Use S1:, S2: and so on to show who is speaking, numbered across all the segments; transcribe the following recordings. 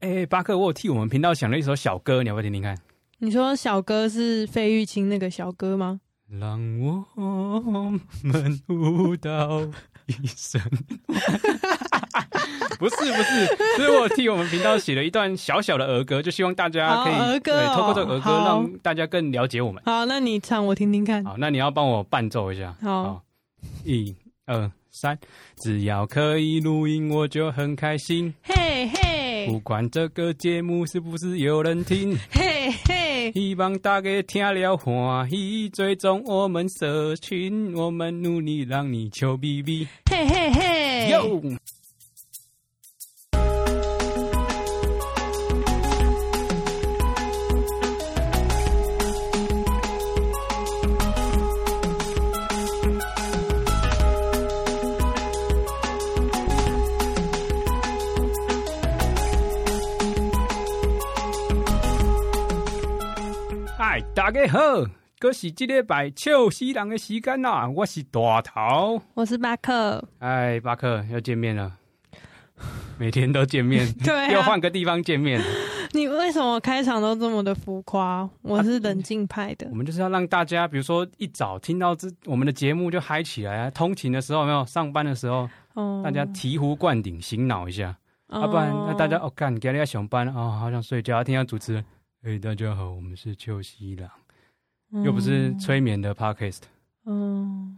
S1: 哎、巴克，我有替我们频道想了一首小歌，你要不要听听看？
S2: 你说小哥是费玉清那个小哥吗？
S1: 让我们舞蹈一 生。不是不是，所以我替我们频道写了一段小小的儿歌，就希望大家可以、
S2: 好儿歌
S1: 对
S2: 哦
S1: 透过这个儿歌
S2: 好
S1: 让大家更了解我们。
S2: 好，那你唱我听听看。
S1: 好，那你要帮我伴奏一下。
S2: 好
S1: 一二三，只要可以录音，我就很开心。
S2: 嘿嘿
S1: 不管这个节目是不是有人听，
S2: 嘿嘿，
S1: 希望大家听了欢喜，追踪我们社群，我们努力让你求 B B。
S2: 嘿嘿嘿
S1: 哟，嗨，大家好，这是这礼拜笑死人的时间啦、我是大头。
S2: 我是巴 克。
S1: 哎，巴克要见面了，每天都见面，
S2: 对
S1: 又
S2: 啊
S1: 换，个地方见面。
S2: 你为什么开场都这么的浮夸？我是冷静派的
S1: 我。们就是要让大家，比如说一早听到这我们的节目就嗨起来啊，通勤的时候有没有，上班的时候，
S2: 哦
S1: 大家醍醐灌顶，醒脑一下。要、不然那大家哦，干，今天要上班哦，好想睡觉。听到主持人，哎、大家好，我们是秋西郎，又不是催眠的 podcast，
S2: 嗯，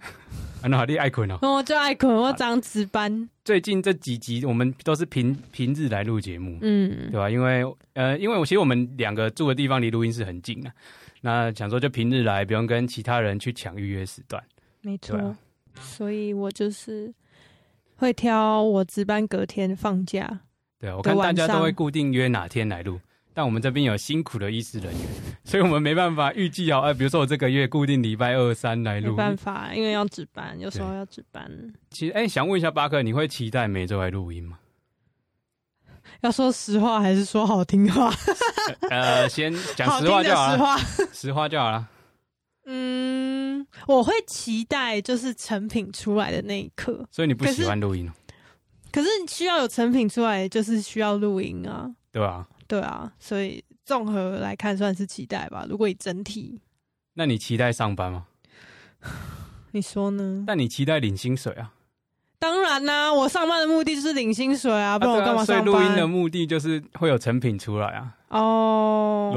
S1: 啊，那好厉害困哦。
S2: 嗯我就爱捆，我长值班。
S1: 最近这几集我们都是平平日来录节目，
S2: 嗯
S1: 对，吧、因为呃，因为我其实我们两个住的地方离录音室很近啊，那想说就平日来，不用跟其他人去抢预约时段。
S2: 没
S1: 对
S2: 错
S1: 啊。
S2: 所以我就是会挑我值班隔天放假。
S1: 对啊，我
S2: 对
S1: 看大
S2: 晚
S1: 家都会
S2: 上
S1: 固定约哪天来录，但我们这边有辛苦的医师人员，所以我们没办法预计好。哎、比如说我这个月固定礼拜二三来
S2: 没
S1: 录。
S2: 办法，因为要值班，有时候
S1: 对
S2: 要值班。
S1: 其实哎、想问一下巴克，你会期待每周来录音吗？
S2: 要说实话还是说好听话？
S1: 呃，先讲
S2: 好
S1: 实
S2: 听
S1: 话
S2: 的
S1: 就好
S2: 实
S1: 了，
S2: 话。
S1: 实话就好了。
S2: 嗯，我会期待就是成品出来的那一刻，
S1: 所以你不
S2: 可是
S1: 喜欢录音哦，
S2: 可是需要有成品出来，就是需要录音啊，
S1: 对吧、啊？
S2: 对啊，所以综合来看算是期待吧。如果以整体，
S1: 那你期待上班吗？
S2: 你说呢？
S1: 但你期待领薪水啊？
S2: 当然啦、我上班的目的就是领薪水啊，不然
S1: 对
S2: 我干嘛
S1: 所以
S2: 上
S1: 录音的
S2: 班？
S1: 目的就是会有成品出来啊，逻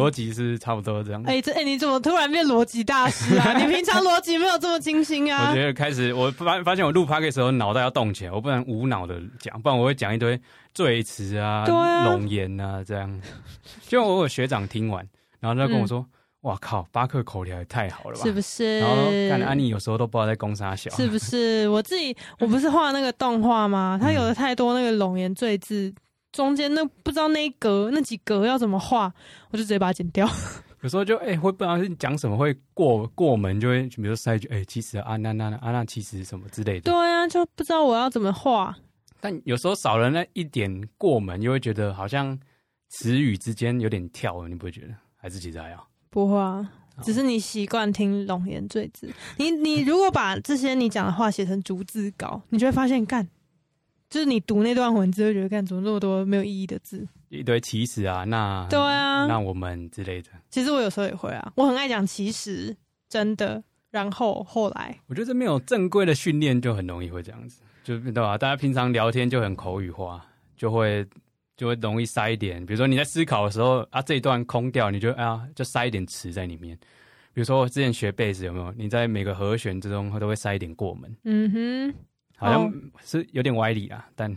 S2: 哦，
S1: 辑是差不多这样。
S2: 哎、这哎、你怎么突然变逻辑大师 啊？你平常逻辑没有这么清新
S1: 我
S2: 啊？
S1: 觉得开始我发发现我录 p o d 的时候脑袋要动起来，我不能无脑的讲，不然我会讲一堆赘词啊、
S2: 对啊
S1: 冗言啊这样。就我有学长听完，然后他跟我说：“哇靠，巴克口条也太好了吧
S2: 嗯是？”不是？
S1: 然后看安妮有时候都不知道在攻啥小，
S2: 是不是？我自己我不是画那个动画吗？它有的太多那个龙颜坠字，中间那不知道那一格那几格要怎么画，我就直接把它剪掉。
S1: 有时候就哎、会不知道是讲什么会过过门，就会比如说塞一句哎、其实啊那那那啊那其实什么之类的。
S2: 对啊，就不知道我要怎么画。
S1: 但有时候少了那一点过门，又会觉得好像词语之间有点跳，你不会觉得？还是其实还好？
S2: 不会啊，只是你习惯听龙颜坠字。你你如果把这些你讲的话写成逐字稿，你就会发现，干，就是你读那段文字会觉得，干怎么那么多没有意义的字？
S1: 一堆其实啊，那
S2: 对啊，
S1: 那我们之类的。
S2: 其实我有时候也会啊，我很爱讲其实真的，然后后来。
S1: 我觉得这没有正规的训练，就很容易会这样子，就对吧？大家平常聊天就很口语化，就会就会容易塞一点。比如说你在思考的时候啊，这一段空掉，你就啊就塞一点词在里面。比如说我之前学贝斯有没有？你在每个和弦之中都会塞一点过门，
S2: 嗯哼，
S1: 好像
S2: 哦
S1: 是有点歪理啊，但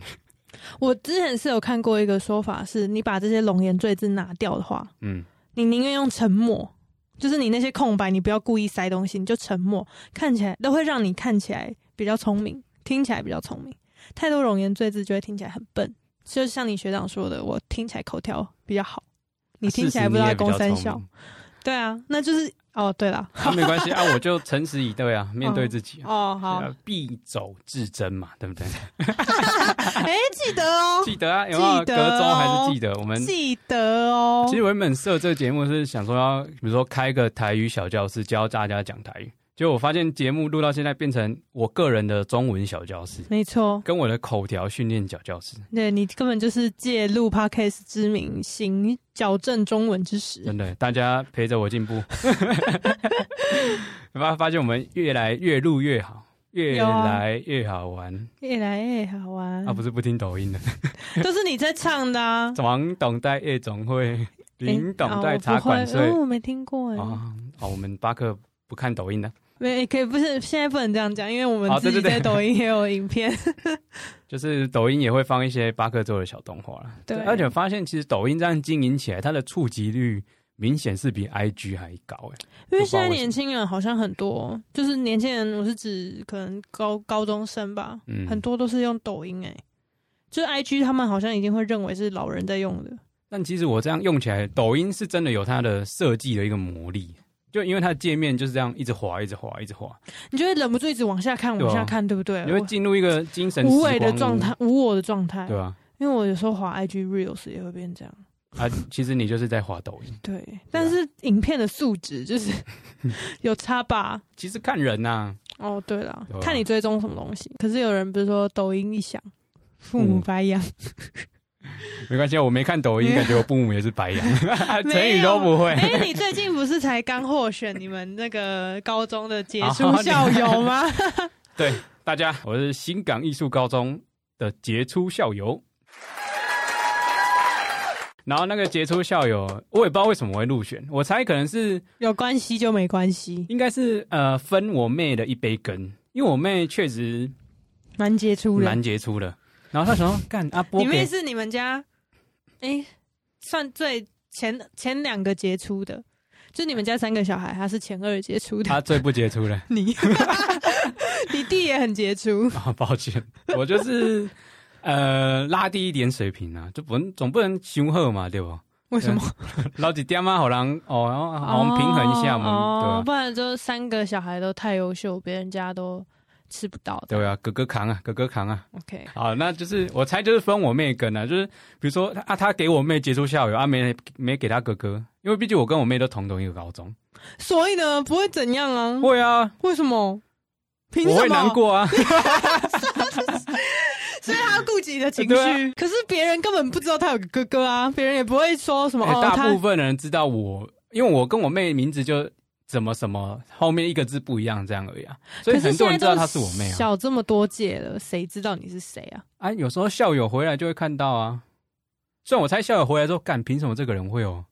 S2: 我之前是有看过一个说法是，你把这些龙颜坠字拿掉的话，
S1: 嗯。
S2: 你宁愿用沉默，就是你那些空白，你不要故意塞东西，你就沉默，看起来都会让你看起来比较聪明，听起来比较聪明。太多龙颜坠字就会听起来很笨，就像你学长说的，我听起来口条比较好，
S1: 啊
S2: 啊你听起来不知道在
S1: 公
S2: 公三小。 对啊，那就是哦，对了，
S1: 啊，没关系啊，我就诚实以对啊，面对自己啊，
S2: 哦好，
S1: 对啊必走至真嘛，对不对？
S2: 哎，记得哦，
S1: 记得啊，有没有
S2: 记
S1: 隔
S2: 得哦
S1: 周还是记得？我们
S2: 记得哦
S1: 其，实我原本设这个节目是想说要，比如说开个台语小教室，教大家讲台语，就我发现节目录到现在变成我个人的中文小教室，
S2: 没错，
S1: 跟我的口条训练小教 室，
S2: 对你根本就是借录 podcast 之名，行矫正中文之实。
S1: 真的，大家陪着我进 步。发发现我们越来越录越好，越
S2: 有啊
S1: 来越好玩
S2: 越来越好玩，
S1: 啊！不是不听抖音的，。
S2: 都是你在唱的啊
S1: 王董在夜总会，林董在
S2: 诶
S1: 茶馆睡
S2: 哦我不会哦，我没听过哎、
S1: 啊哦，我们巴克不看抖音的，
S2: 没可以不是现在不能这样讲，因为我
S1: 哦
S2: 们
S1: 对
S2: 自己
S1: 对对
S2: 在抖音也有影 片。
S1: 就是抖音也会放一些巴克做的小动画啦。
S2: 对
S1: 而且发现其实抖音这样经营起来，它的触及率明显是比 IG 还高哎、
S2: 因为现在年轻人好像很多，就是年轻人，我是指可能高高中生吧，
S1: 嗯，
S2: 很多都是用抖音哎、就是 IG 他们好像一定会认为是老人在用的，
S1: 但其实我这样用起来，抖音是真的有它的设计的一个魔力，就因为它的界面就是这样一直滑，一直滑，一直滑，
S2: 你就会忍不住一直往下看，
S1: 对啊
S2: 往下看，对不对？
S1: 你会进入一个精神
S2: 无
S1: 时
S2: 为的
S1: 光屋
S2: 状，态，无我的状态。
S1: 对吧、
S2: 因为我有时候滑 IG Reels 也会变这样。
S1: 啊？其实你就是在滑抖音。
S2: 对，但是影片的素质就是 有差吧。
S1: 其实看人呐、
S2: 哦，对了
S1: 对啊，
S2: 看你追踪什么东西。可是有人比如说抖音一响，父
S1: 嗯
S2: 母白养，
S1: 没关系啊，我没看抖音，
S2: 没有
S1: 感觉我父母也是 白养， 成
S2: 嗯
S1: 语
S2: 没
S1: 都
S2: 有
S1: 不会。
S2: 哎、你最近不是才刚获选你们那个高中的杰出
S1: 哦
S2: 校 友吗？
S1: 对 大家，我是新港艺术高中的杰出校友。然后那个杰出校友，我也不知道为什么会入选，我猜可能是
S2: 有关系就没关系，
S1: 应该是呃分我妹的一杯羹，因为我妹确实
S2: 蛮杰出的
S1: 蛮。杰出的。然后她想说干阿波
S2: 你妹
S1: 给
S2: 是你们家，哎、算最前前两个杰出的，就你们家三个小孩，他是前二杰出的。
S1: 她最不杰 出的
S2: 你，你弟也很杰出，
S1: 啊、抱歉，我就是呃拉低一点水平啊，就不能总不能凶贺嘛，对不？
S2: 为什么？
S1: 老几爹妈好狼哦，然后好我们平衡一下嘛，对吧、
S2: 哦，不然就三个小孩都太优秀，别人家都吃不到的。
S1: 对啊，哥哥扛啊，哥哥扛啊！
S2: OK，
S1: 好，那就是我猜就是分我妹跟啊，就是比如说啊，他给我妹杰出校友啊，没没给他哥哥，因为毕竟我跟我妹都同同一个高中。
S2: 所以呢，不会怎样啊？
S1: 会啊，
S2: 为什么？凭什
S1: 我
S2: 么？
S1: 会难过啊。
S2: 所以他要顾及你的情绪。
S1: 对啊
S2: 可是别人根本不知道他有个哥哥啊，别人也不会 说什么、
S1: 哎
S2: 哦，
S1: 大
S2: 他
S1: 部分人知道我，因为我跟我妹名字就怎么什么后面一个字不一样这样而已啊，所以
S2: 可是
S1: 很多人
S2: 现
S1: 知
S2: 在
S1: 道
S2: 都
S1: 她是我妹啊。
S2: 小这么多届了，谁知道你是谁啊？
S1: 啊，有时候校友回来就会看到啊。虽然我猜校友回来之后，干凭什么这个人会有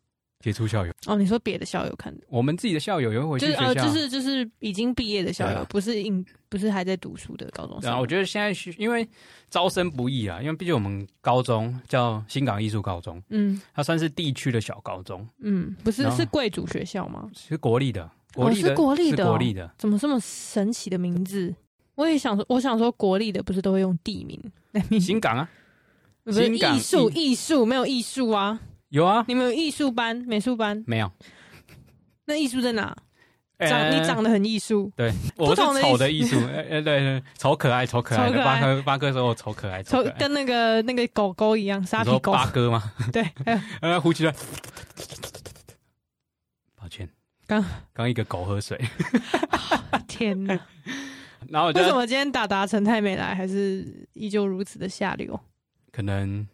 S1: 杰出校友？
S2: 哦，你说别的校友看的，
S1: 我们自己的校友也会回去
S2: 就是
S1: 学校啊、
S2: 呃，就是就是已经毕业的校
S1: 对啊
S2: 友，不是应不是还在读书的高中生。
S1: 然后啊我觉得现在是因为招生不易啊，因为毕竟我们高中叫新港艺术高中，
S2: 嗯
S1: 它算是地区的小高中，
S2: 嗯，不是
S1: 然后
S2: 是贵族学校吗？
S1: 是国立的，国立的，
S2: 是国立
S1: 是
S2: 的哦
S1: 国立的。
S2: 怎么这么神奇的名字？我也想说，我想说，国立的不是都会用地名来命名？
S1: 新港啊，
S2: 不是
S1: 新港
S2: 艺术，艺术没有艺术啊！
S1: 有啊，
S2: 你们有艺术班、美术班，
S1: 没有？
S2: 那艺术在哪？
S1: 呃
S2: 长你长得很艺术，
S1: 对，我
S2: 不
S1: 是
S2: 懂的
S1: 丑的艺术，呃呃，对对，丑可爱，丑可爱
S2: 丑
S1: 的
S2: 可
S1: 八
S2: 爱
S1: 哥，八哥说我丑可爱，
S2: 丑
S1: 丑可爱。
S2: 跟那个那个狗狗一样，沙
S1: 你
S2: 皮
S1: 说
S2: 狗。
S1: 八哥吗？
S2: 对，还有
S1: 呃，胡 奇的，抱歉，
S2: 刚
S1: 刚一个狗喝水，
S2: 天哪！
S1: 然后我就
S2: 为什么今天达达陈太没来，还是依旧如此的下流？
S1: 可能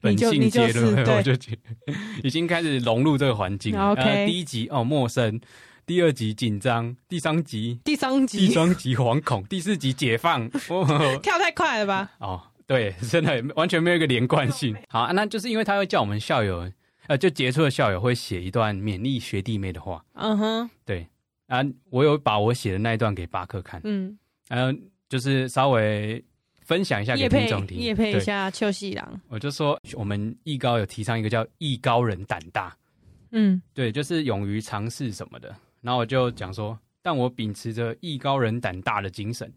S1: 本
S2: 你就
S1: 性揭露，
S2: 你就是对啊
S1: 我就觉得已经开始融入这个环境了。
S2: OK
S1: 呃第一集哦陌生，第二集紧张，第三集
S2: 第三
S1: 第
S2: 集
S1: 三集惶恐，第四集解 放。哦
S2: 跳太快了吧？
S1: 哦，对，真的完全没有一个连贯 性。好，啊那就是因为他会叫我们校友，呃，就杰出的校友会写一段勉励学弟妹的话。
S2: 嗯哼，
S1: 对啊，我有把我写的那一段给巴克看，
S2: 嗯，
S1: 然后就是稍微分享一下给
S2: 叶
S1: 听
S2: 配
S1: 众听，
S2: 叶配一
S1: 对
S2: 下秋喜郎，
S1: 我就说，我们艺高有提倡一个叫“艺高人胆大
S2: 嗯，”，
S1: 对，就是勇于尝试什么的。然后我就讲说，但我秉持着“艺高人胆大”的精神，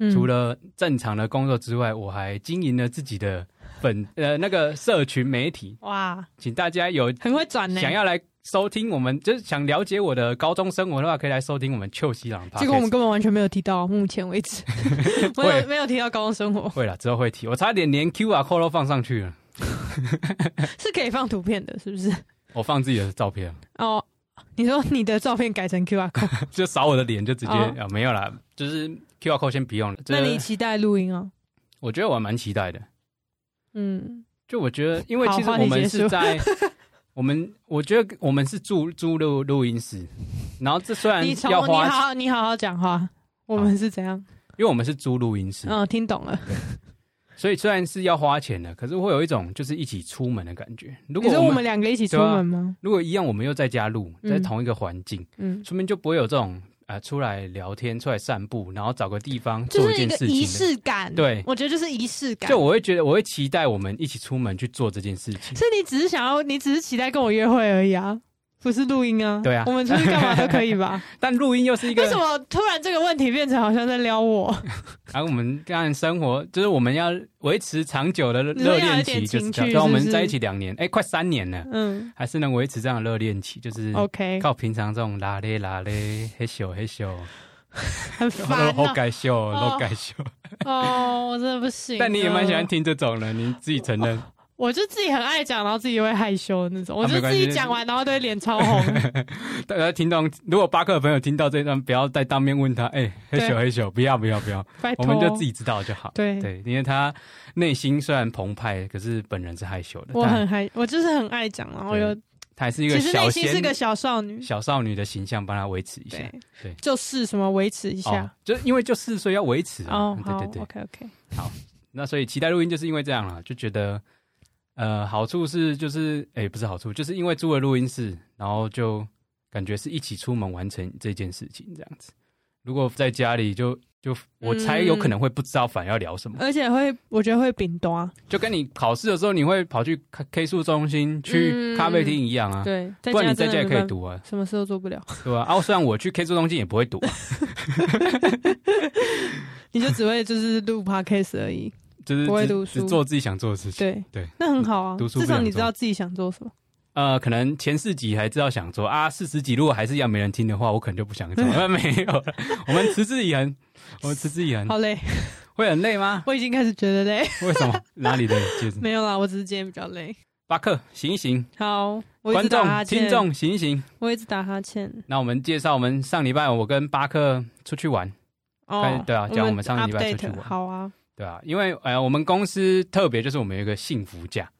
S2: 嗯
S1: 除了正常的工作之外，我还经营了自己的粉 呃那个社群媒体，
S2: 哇，
S1: 请大家有
S2: 很会转呢。
S1: 想要来收听我们，就是想了解我的高中生活的话，可以来收听我们邱西朗。
S2: 结果我们根本完全没有提到，目前为 止，没有没有提到高中生活，
S1: 会了，之后会提，我差点连 Q R code 都放上去了，
S2: 是可以放图片的，是不是？
S1: 我放自己的照片了。
S2: 哦，你说你的照片改成 QR code，
S1: 就扫我的脸就直接
S2: 哦
S1: 啊，没有啦，就是 QR code 先不用了。 这
S2: 那你期待录音哦？
S1: 我觉得我还蛮期待的。
S2: 嗯，
S1: 就我觉得，因为
S2: 好
S1: 其实
S2: 话题
S1: 我们
S2: 结束
S1: 是 在我们，我觉得我们是租租录录音室，然后这虽然
S2: 你从
S1: 要
S2: 你
S1: 花，
S2: 好你好好讲话，我们是怎样？
S1: 因为我们是租录音室，
S2: 嗯，听懂了。
S1: 所以虽然是要花钱的，可是会有一种就是一起出门的感觉。如
S2: 你
S1: 果
S2: 说
S1: 我
S2: 我
S1: 们
S2: 们两个一起出
S1: 对啊
S2: 门吗？
S1: 如果一样，我们又在家录，
S2: 嗯
S1: 在同一个环境，
S2: 嗯，
S1: 说明就不会有这种呃出来聊天、出来散步，然后找个地方
S2: 就
S1: 做
S2: 是一
S1: 件
S2: 个
S1: 事
S2: 仪
S1: 情的。
S2: 式感。
S1: 对
S2: 我觉得就是仪式感。
S1: 就我会觉得，我会期待我们一起出门去做这件事情。
S2: 所以你只是想要，你只是期待跟我约会而已啊，不是录音啊。
S1: 对啊
S2: 我们出去干嘛都可以吧？
S1: 但录音又 是一个
S2: 为什么突然这个问题变成好像在 撩我？
S1: 啊，我们当然生活就是我们要维持长久的
S2: 你说
S1: 热
S2: 要
S1: 恋
S2: 有点
S1: 期，就是
S2: 情
S1: 这样
S2: 趣
S1: 对啊我
S2: 是
S1: 们
S2: 不是
S1: 在一起两年，哎、快三年了，
S2: 嗯
S1: 还是能维持这样的热恋期，就是
S2: ，OK，
S1: 靠平常这种拉嘞拉嘞，嘿咻嘿咻，
S2: 很烦
S1: 后
S2: 啊。
S1: 改秀
S2: 哦
S1: 后改秀。
S2: 哦，我真的不行。
S1: 但你也蛮喜欢，听这种的，你自己承认。
S2: 我就自己很爱讲，然后自己会害羞的那种。我就
S1: 啊没关
S2: 自
S1: 系
S2: 己讲完，然后都会脸超 红。
S1: 大家听到，如果巴克的朋友听到这段，不要再当面问他，哎、嘿
S2: 对
S1: 咻嘿咻，不要不要不要，
S2: 拜
S1: 我
S2: 托，
S1: 们就自己知道就好。
S2: 对。
S1: 对，因为他内心虽然澎湃，可是本人是害羞的，
S2: 我
S1: 但
S2: 很害，我就是很爱讲，然后又
S1: 他还是一个
S2: 其实
S1: 小
S2: 内心
S1: 仙
S2: 是
S1: 女。
S2: 个小少女，
S1: 小少女的形象帮她维持一下。
S2: 对
S1: 对
S2: 就是什么维持一
S1: 哦
S2: 下。，
S1: 就是因为就是所以要维持啊
S2: 哦，
S1: 对
S2: 好
S1: 对对。
S2: ，OK OK，
S1: 那所以期待录音就是因为这样了，就觉得呃好处是就是哎、不是好处，就是因为租了录音室，然后就感觉是一起出门完成这件事情这样子。如果在家里就就我猜有可能会不知道反而要聊什么，
S2: 而且会，我觉得会饼多啊，
S1: 就跟你考试的时候你会跑去 K K 数中心去
S2: 嗯
S1: 咖啡厅一样啊。
S2: 对，
S1: 不然你在
S2: 真的
S1: 家也
S2: 没
S1: 可以
S2: 办法，
S1: 读啊，
S2: 什么事都做不了，
S1: 对吧、啊？虽然我去 K 数中心也不会读、啊，
S2: 你就只会就是录 podcast 而 已。
S1: 就是
S2: 不会
S1: 只
S2: 读
S1: 只
S2: 书
S1: 做自己想做的事情。
S2: 对
S1: 对，
S2: 那很好啊，
S1: 读书不
S2: 至少
S1: 想
S2: 你知道
S1: 做
S2: 自己想做什么。
S1: 呃，可能前四集还知道想做啊，四十集如果还是一样没人听的话，我可能就不想做。 呃没有，我们持之以恒，我们持之以恒，
S2: 好累，
S1: 会很累吗？
S2: 我已经开始觉得累。
S1: 为什么？哪里累？就是
S2: 没有啦，我只是今天比较累。
S1: 巴克，醒一醒，
S2: 好，我一
S1: 观
S2: 直打哈
S1: 众、
S2: 欠，
S1: 听众，醒一醒。
S2: 我一直打哈欠。
S1: 那我们介绍，我们上礼拜我跟巴克出去玩，
S2: 哦
S1: 看，对啊讲我们上个礼拜出去
S2: update
S1: 玩
S2: 好啊，
S1: 对吧、因为呃，我们公司特别就是我们有一个幸福假，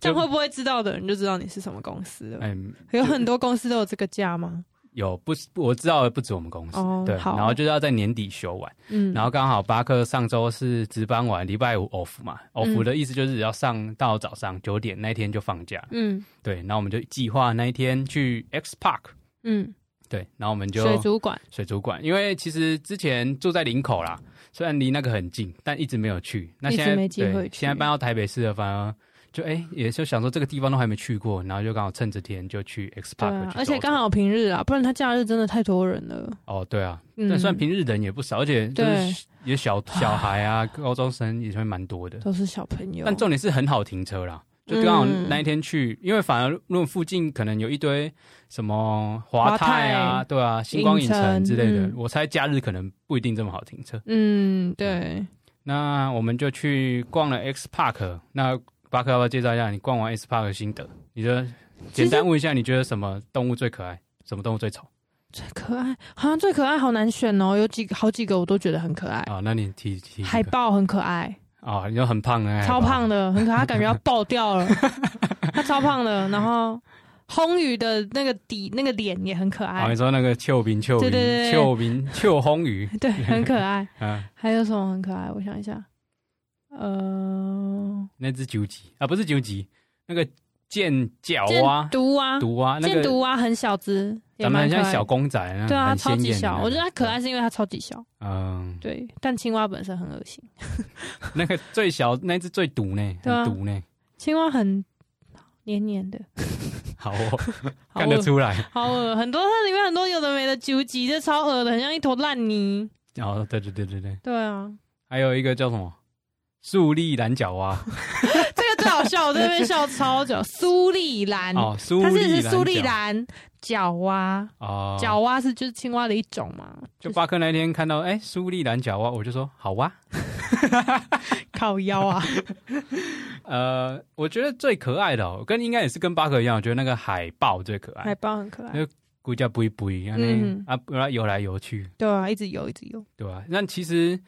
S2: 这样
S1: 就
S2: 会不会知道的人就知道你是什么公司了？
S1: 嗯，
S2: 有很多公司都有这个价吗？
S1: 有不是我知道的不止我们公司，
S2: 哦
S1: 对，
S2: 好
S1: 然后就是要在年底休完。
S2: 嗯，
S1: 然后刚好巴克上周是值班完，礼拜五 off 嘛，off
S2: 嗯
S1: 的意思就是要上到早上九点那一天就放假，
S2: 嗯
S1: 对，然后我们就计划那一天去 X Park，
S2: 嗯，
S1: 对，然后我们就
S2: 水主管
S1: 水族馆，因为其实之前住在林口啦，虽然离那个很近，但一直没有去，那
S2: 一直
S1: 现在
S2: 没机
S1: 对
S2: 会去
S1: 现在搬到台北市了，反而。就哎、也就想说这个地方都还没去过，然后就刚好趁着天就去 X
S2: 对
S1: Park
S2: 啊
S1: 去，走
S2: 而且
S1: 走
S2: 刚好平日啊，不然他假日真的太多人了。
S1: 哦，对啊，
S2: 嗯
S1: 但算平日人也不少，而且就是
S2: 对
S1: 也小小孩啊，高中生也会蛮多的。
S2: 都是小朋友，
S1: 但重点是很好停车啦，就刚好
S2: 嗯
S1: 那一天去，因为反而如果附近可能有一堆什么华泰啊，
S2: 华泰
S1: 对啊，星光影城之类的，
S2: 嗯
S1: 我猜假日可能不一定这么好停车。
S2: 嗯，对，
S1: 那我们就去逛了 X Park，那巴克要不要介绍一下你逛完 X Park 的心得？你的
S2: 其实
S1: 简单问一下，你觉得什么动物最可爱？什么动物最丑？
S2: 最可爱好像最可爱好难选哦，有几个好几个我都觉得很可爱，
S1: 啊、那你提提一个
S2: 海豹很可爱，
S1: 啊、你说很胖的，
S2: 超胖
S1: 的，
S2: 的，很可爱，感觉要爆掉 了，它超胖的，然后红宇的那个底那个脸也很可
S1: 啊，
S2: 爱
S1: 你，说那个丘比丘
S2: 对对
S1: 比
S2: 对
S1: 丘比丘红鱼，
S2: 对，很可爱。
S1: 啊，
S2: 还有什么很可爱？我想一下，呃，
S1: 那只九级啊，不是九级，那个剑角
S2: 箭
S1: 蛙、
S2: 毒啊，
S1: 毒蛙，那
S2: 箭
S1: 个
S2: 毒啊，很小只，也
S1: 咱们
S2: 蛮
S1: 很
S2: 可爱
S1: 像小公仔那样，
S2: 对啊，
S1: 很
S2: 超
S1: 鲜
S2: 级
S1: 艳的
S2: 小
S1: 那。个啊
S2: 我觉得它可爱是因为它超级小，
S1: 嗯，
S2: 对。但青蛙本身很恶心，
S1: 那个最小那只最毒呢，
S2: 对啊
S1: 很毒呢，
S2: 青蛙很黏黏的，
S1: 好哦，
S2: 好
S1: 看得
S2: 恶，
S1: 出来。
S2: 好恶。很多它里面很多有的没的纠集，这超恶的，很像一坨烂泥。
S1: 哦，对对对对对，
S2: 对啊，
S1: 还有一个叫什么苏丽蓝角啊蛙，
S2: 这个最好笑，我在那边笑超久。苏丽兰，
S1: 哦，苏
S2: 它是
S1: 丽
S2: 是苏丽
S1: 蓝
S2: 兰角蛙，
S1: 角哦，
S2: 角蛙是就是青蛙的一种嘛，
S1: 就巴克那天看到，哎，苏丽蓝角蛙，我就说好啊哇。
S2: 靠 腰啊。
S1: 呃，我觉得最可爱的、哦，跟应该也是跟巴克一样，我觉得那个海豹最可爱
S2: 海。豹很可爱
S1: 那，故叫不一不一，
S2: 嗯
S1: 啊，不然游来游去，
S2: 对啊，一直游，一直游。
S1: 对吧、那其实，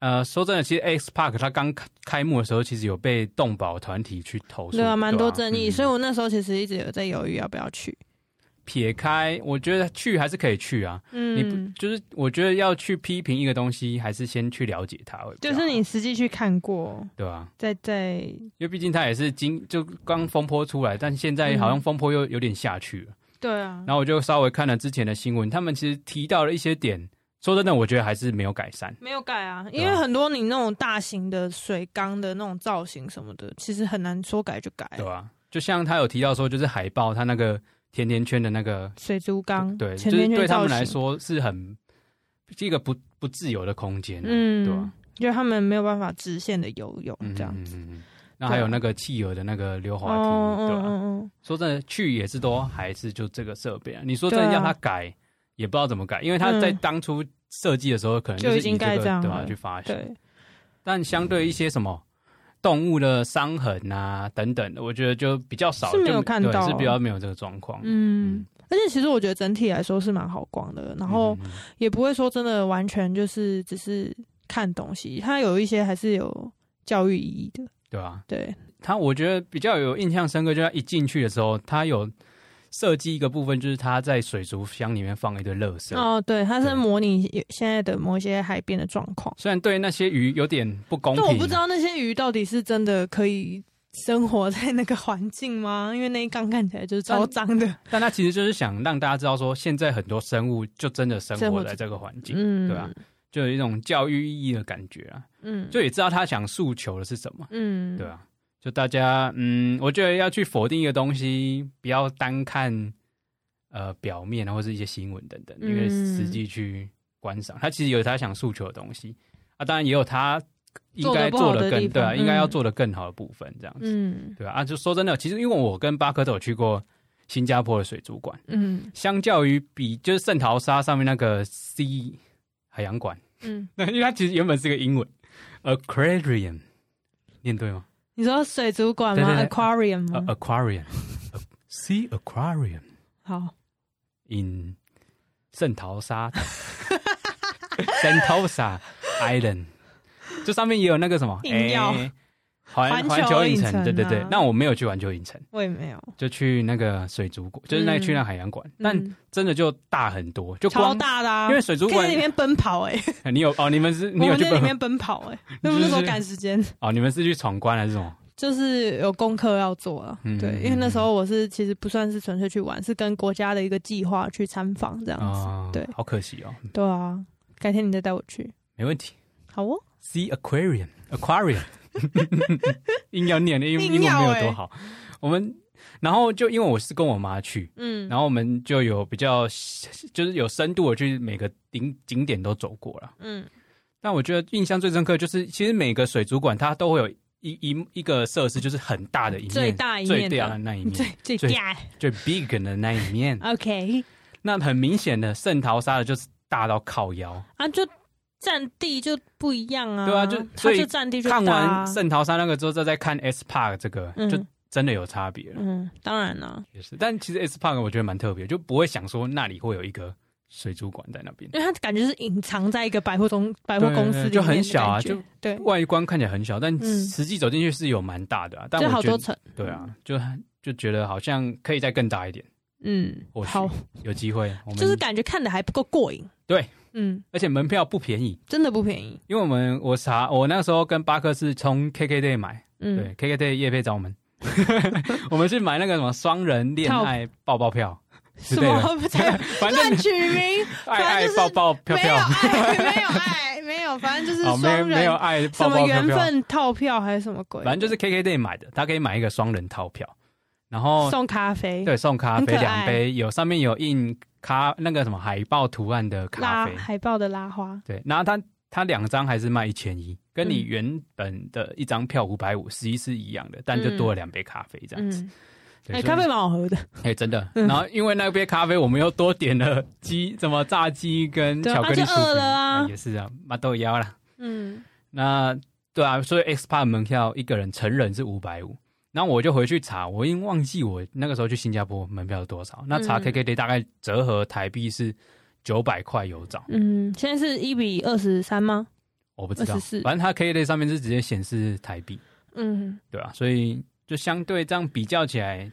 S1: 呃，说真的，其实 X Park 它刚开开幕的时候，其实有被动保团体去投诉，
S2: 对啊，蛮多争议，
S1: 嗯
S2: 所以我那时候其实一直有在犹豫要不要去。
S1: 撇开，我觉得去还是可以去啊。你不
S2: 嗯，
S1: 就是我觉得要去批评一个东西，还是先去了解它会比较
S2: 就
S1: 好，
S2: 是你实际去看过，
S1: 对吧、
S2: 在在
S1: 因为毕竟它也是经就刚风波出来，但现在好像风波又有点下去了。
S2: 对啊，
S1: 然后我就稍微看了之前的新闻，他们其实提到了一些点，说真的，我觉得还是没有改善。
S2: 没有改啊，
S1: 对啊
S2: 因为很多你那种大型的水缸的那种造型什么的，其实很难说改就改。
S1: 对啊，就像他有提到说，就是海报，他那个甜甜圈的那个，
S2: 水族缸，
S1: 对，就
S2: 前
S1: 是
S2: 天
S1: 对
S2: 造
S1: 他
S2: 型
S1: 们来，说是很是一个不不自由的空间、啊，
S2: 嗯，
S1: 对吧？
S2: 就是他们没有办法直线的游泳
S1: 嗯，
S2: 这样子。啊
S1: 嗯嗯嗯那还有那个企鹅的那个溜滑梯，
S2: 哦
S1: 对啊
S2: 嗯
S1: 吧、
S2: 嗯嗯，
S1: 说真的，去也是都还是就这个设备啊。你说真
S2: 对
S1: 的
S2: 啊
S1: 要他改，也不知道怎么改，因为他在
S2: 嗯
S1: 当初设计的时候，可能
S2: 就已
S1: 是
S2: 经
S1: 以这
S2: 该
S1: 个
S2: 这样
S1: 对吧、
S2: 了
S1: 去发想。
S2: 对，
S1: 但相对一些什么动物的伤痕啊等等的，我觉得就比较少，
S2: 是没
S1: 就
S2: 有看到
S1: 对是比较没有这个状况。
S2: 嗯。而且其实我觉得整体来说是蛮好逛的，然后
S1: 嗯嗯嗯
S2: 也不会说真的完全就是只是看东西，它有一些还是有教育意义的。
S1: 对啊，
S2: 对，
S1: 他我觉得比较有印象深刻，就是他一进去的时候，他有设计一个部分，就是他在水族箱里面放一堆垃圾。
S2: 哦，对，它是
S1: 对
S2: 模拟现在的某些海边的状况。
S1: 虽然对那些鱼有点不公平，
S2: 但我不知道那些鱼到底是真的可以生活在那个环境吗？ 因为那一缸看起来就是超脏 的。
S1: 但他其实就是想让大家知道说，现在很多生物就真的生
S2: 生活
S1: 活在这个环境，
S2: 嗯，
S1: 对吧、啊？就有一种教育意义的感觉啊，
S2: 嗯，
S1: 就也知道他想诉求的是什么，
S2: 嗯，
S1: 对啊，就大家，嗯，我觉得要去否定一个东西，不要单看呃表面啊，或是一些新闻等等，因为
S2: 嗯
S1: 实际去观赏，他其实有他想诉求的东西啊，当然也有他应该
S2: 做得不好
S1: 做的
S2: 的地
S1: 更
S2: 方
S1: 对啊，应该要
S2: 嗯
S1: 做的更好的部分，这样子，
S2: 嗯
S1: 对啊，啊就说真的，其实因为我跟巴克都有去过新加坡的水族馆。
S2: 嗯
S1: 相较于比就是圣淘沙上面那个 C 海洋馆，
S2: 嗯，
S1: 那因为它其实原本是个英文 aquarium，念对吗？
S2: 你说水族馆吗
S1: 对对对
S2: ？Aquarium
S1: 呃
S2: 吗？
S1: aquarium，sea aquarium
S2: 好，
S1: in 圣淘 沙，Sentosa Island，这上面也有那个什么
S2: 硬要
S1: 诶环
S2: 环
S1: 环
S2: 球
S1: 球
S2: 影
S1: 影
S2: 城
S1: 城，对对对
S2: 啊。
S1: 那我没有去环球影城，
S2: 我也没有，
S1: 就去那个水族馆，就是那
S2: 嗯
S1: 去那海洋馆，但
S2: 嗯
S1: 真的就大很多，就
S2: 超
S1: 光。
S2: 大的啊，
S1: 因为水族
S2: 可以
S1: 馆
S2: 在里面奔跑哎，
S1: 你有哦？你们是
S2: 我
S1: 你有
S2: 们
S1: 去
S2: 在里面奔跑哎，因为我们那时候赶时间，
S1: 哦？你们是去闯关还是什么？
S2: 就是有功课要做啊。
S1: 嗯
S2: 对，因为那时候我是其实不算是纯粹去玩，是跟国家的一个计划去参访这样子。
S1: 哦，
S2: 嗯对
S1: 好可惜哦，
S2: 对啊，改天你再带我去，
S1: 没问题。
S2: 好哦。
S1: Sea Aquarium Aquarium，硬要念，因为
S2: 硬
S1: 英文
S2: 要
S1: 没有
S2: 欸
S1: 多好。我们然后就因为我是跟我妈去，
S2: 嗯，
S1: 然后我们就有比较就是有深度的去每个景景点都走过了。
S2: 嗯
S1: 但我觉得印象最深刻就是，其实每个水族馆它都会有一一一个设施，就是很大的一面，
S2: 最大一面的
S1: 最大的那一 面，
S2: 最最
S1: 最
S2: 大
S1: 最 big 的那一面。
S2: 啊，OK
S1: 那很明显的，圣淘沙的就是大到靠腰。
S2: 啊，就占地就不一样啊，
S1: 对啊就
S2: 它
S1: 所以
S2: 就占地就大啊
S1: 看完圣淘沙那个之后，再再看 S Park 这个，
S2: 嗯
S1: 就真的有差别了。
S2: 嗯，当然了，
S1: 也是，但其实 S Park 我觉得蛮特别，就不会想说那里会有一个水族馆在那边。
S2: 因为它感觉是隐藏在一个百货中百货公司
S1: 对对
S2: 里面的
S1: 对就很小啊
S2: 感觉
S1: 就
S2: 对，
S1: 外观看起来很小，但
S2: 嗯
S1: 实际走进去是有蛮大的啊。但
S2: 就好
S1: 我觉
S2: 多
S1: 得，
S2: 层，
S1: 对啊，就就觉得好像可以再更大一点，
S2: 嗯，
S1: 或许
S2: 好，
S1: 有机会我们
S2: 就是感觉看的还不够过瘾，
S1: 对，
S2: 嗯，
S1: 而且门票不便宜，
S2: 真的不便宜，
S1: 因为我们我查我那时候跟巴克是从 KKday 买，对
S2: 嗯，
S1: ，KKday 叶配找我们， 我们去买那个什么双人恋爱抱抱票，
S2: 什
S1: 之类的
S2: 么
S1: 反正
S2: 乱取名，
S1: 爱
S2: 反
S1: 爱
S2: 正就是
S1: 抱抱 票
S2: 没有
S1: 票，
S2: 爱，没有爱，没有，反正就是
S1: 哦，没有
S2: 双
S1: 没有
S2: 人
S1: 爱抱
S2: 什么
S1: 抱票
S2: 缘
S1: 票，
S2: 分套票还是什么鬼，
S1: 反正就是 KKday 买的，他可以买一个双人套票，然后
S2: 送咖啡，
S1: 哦对送咖
S2: 很可
S1: 啡
S2: 爱
S1: 两杯，有上面有印咖那个什么海报图案的咖
S2: 拉
S1: 啡，
S2: 海报的拉花，
S1: 对，然后它它两张还是卖一千一，跟你
S2: 嗯
S1: 原本的一张票五百五，实际是一样的，但就多了两杯咖啡这样子。
S2: 嗯，
S1: 对所
S2: 哎，
S1: 以
S2: 咖啡嗯蛮好喝的，
S1: 哎、真 的。然后因为那杯咖啡，我们又多点了鸡，什么炸鸡跟
S2: 对啊
S1: 巧克力
S2: 啊
S1: 薯
S2: 就
S1: 饼，
S2: 饿了啊
S1: 也是啊，麻豆腰啦。
S2: 嗯
S1: 那对啊，所以 X Park 门票一个人成人是五百五，然后我就回去查，我已经忘记我那个时候去新加坡门票是多少。那查
S2: 嗯
S1: KKday 大概折合台币是九百块有找，
S2: 嗯，现在是一比二十三吗？
S1: 我不知道，
S2: 24
S1: 反正它 KKday 上面是直接显示台币，
S2: 嗯，
S1: 对吧、所以就相对这样比较起来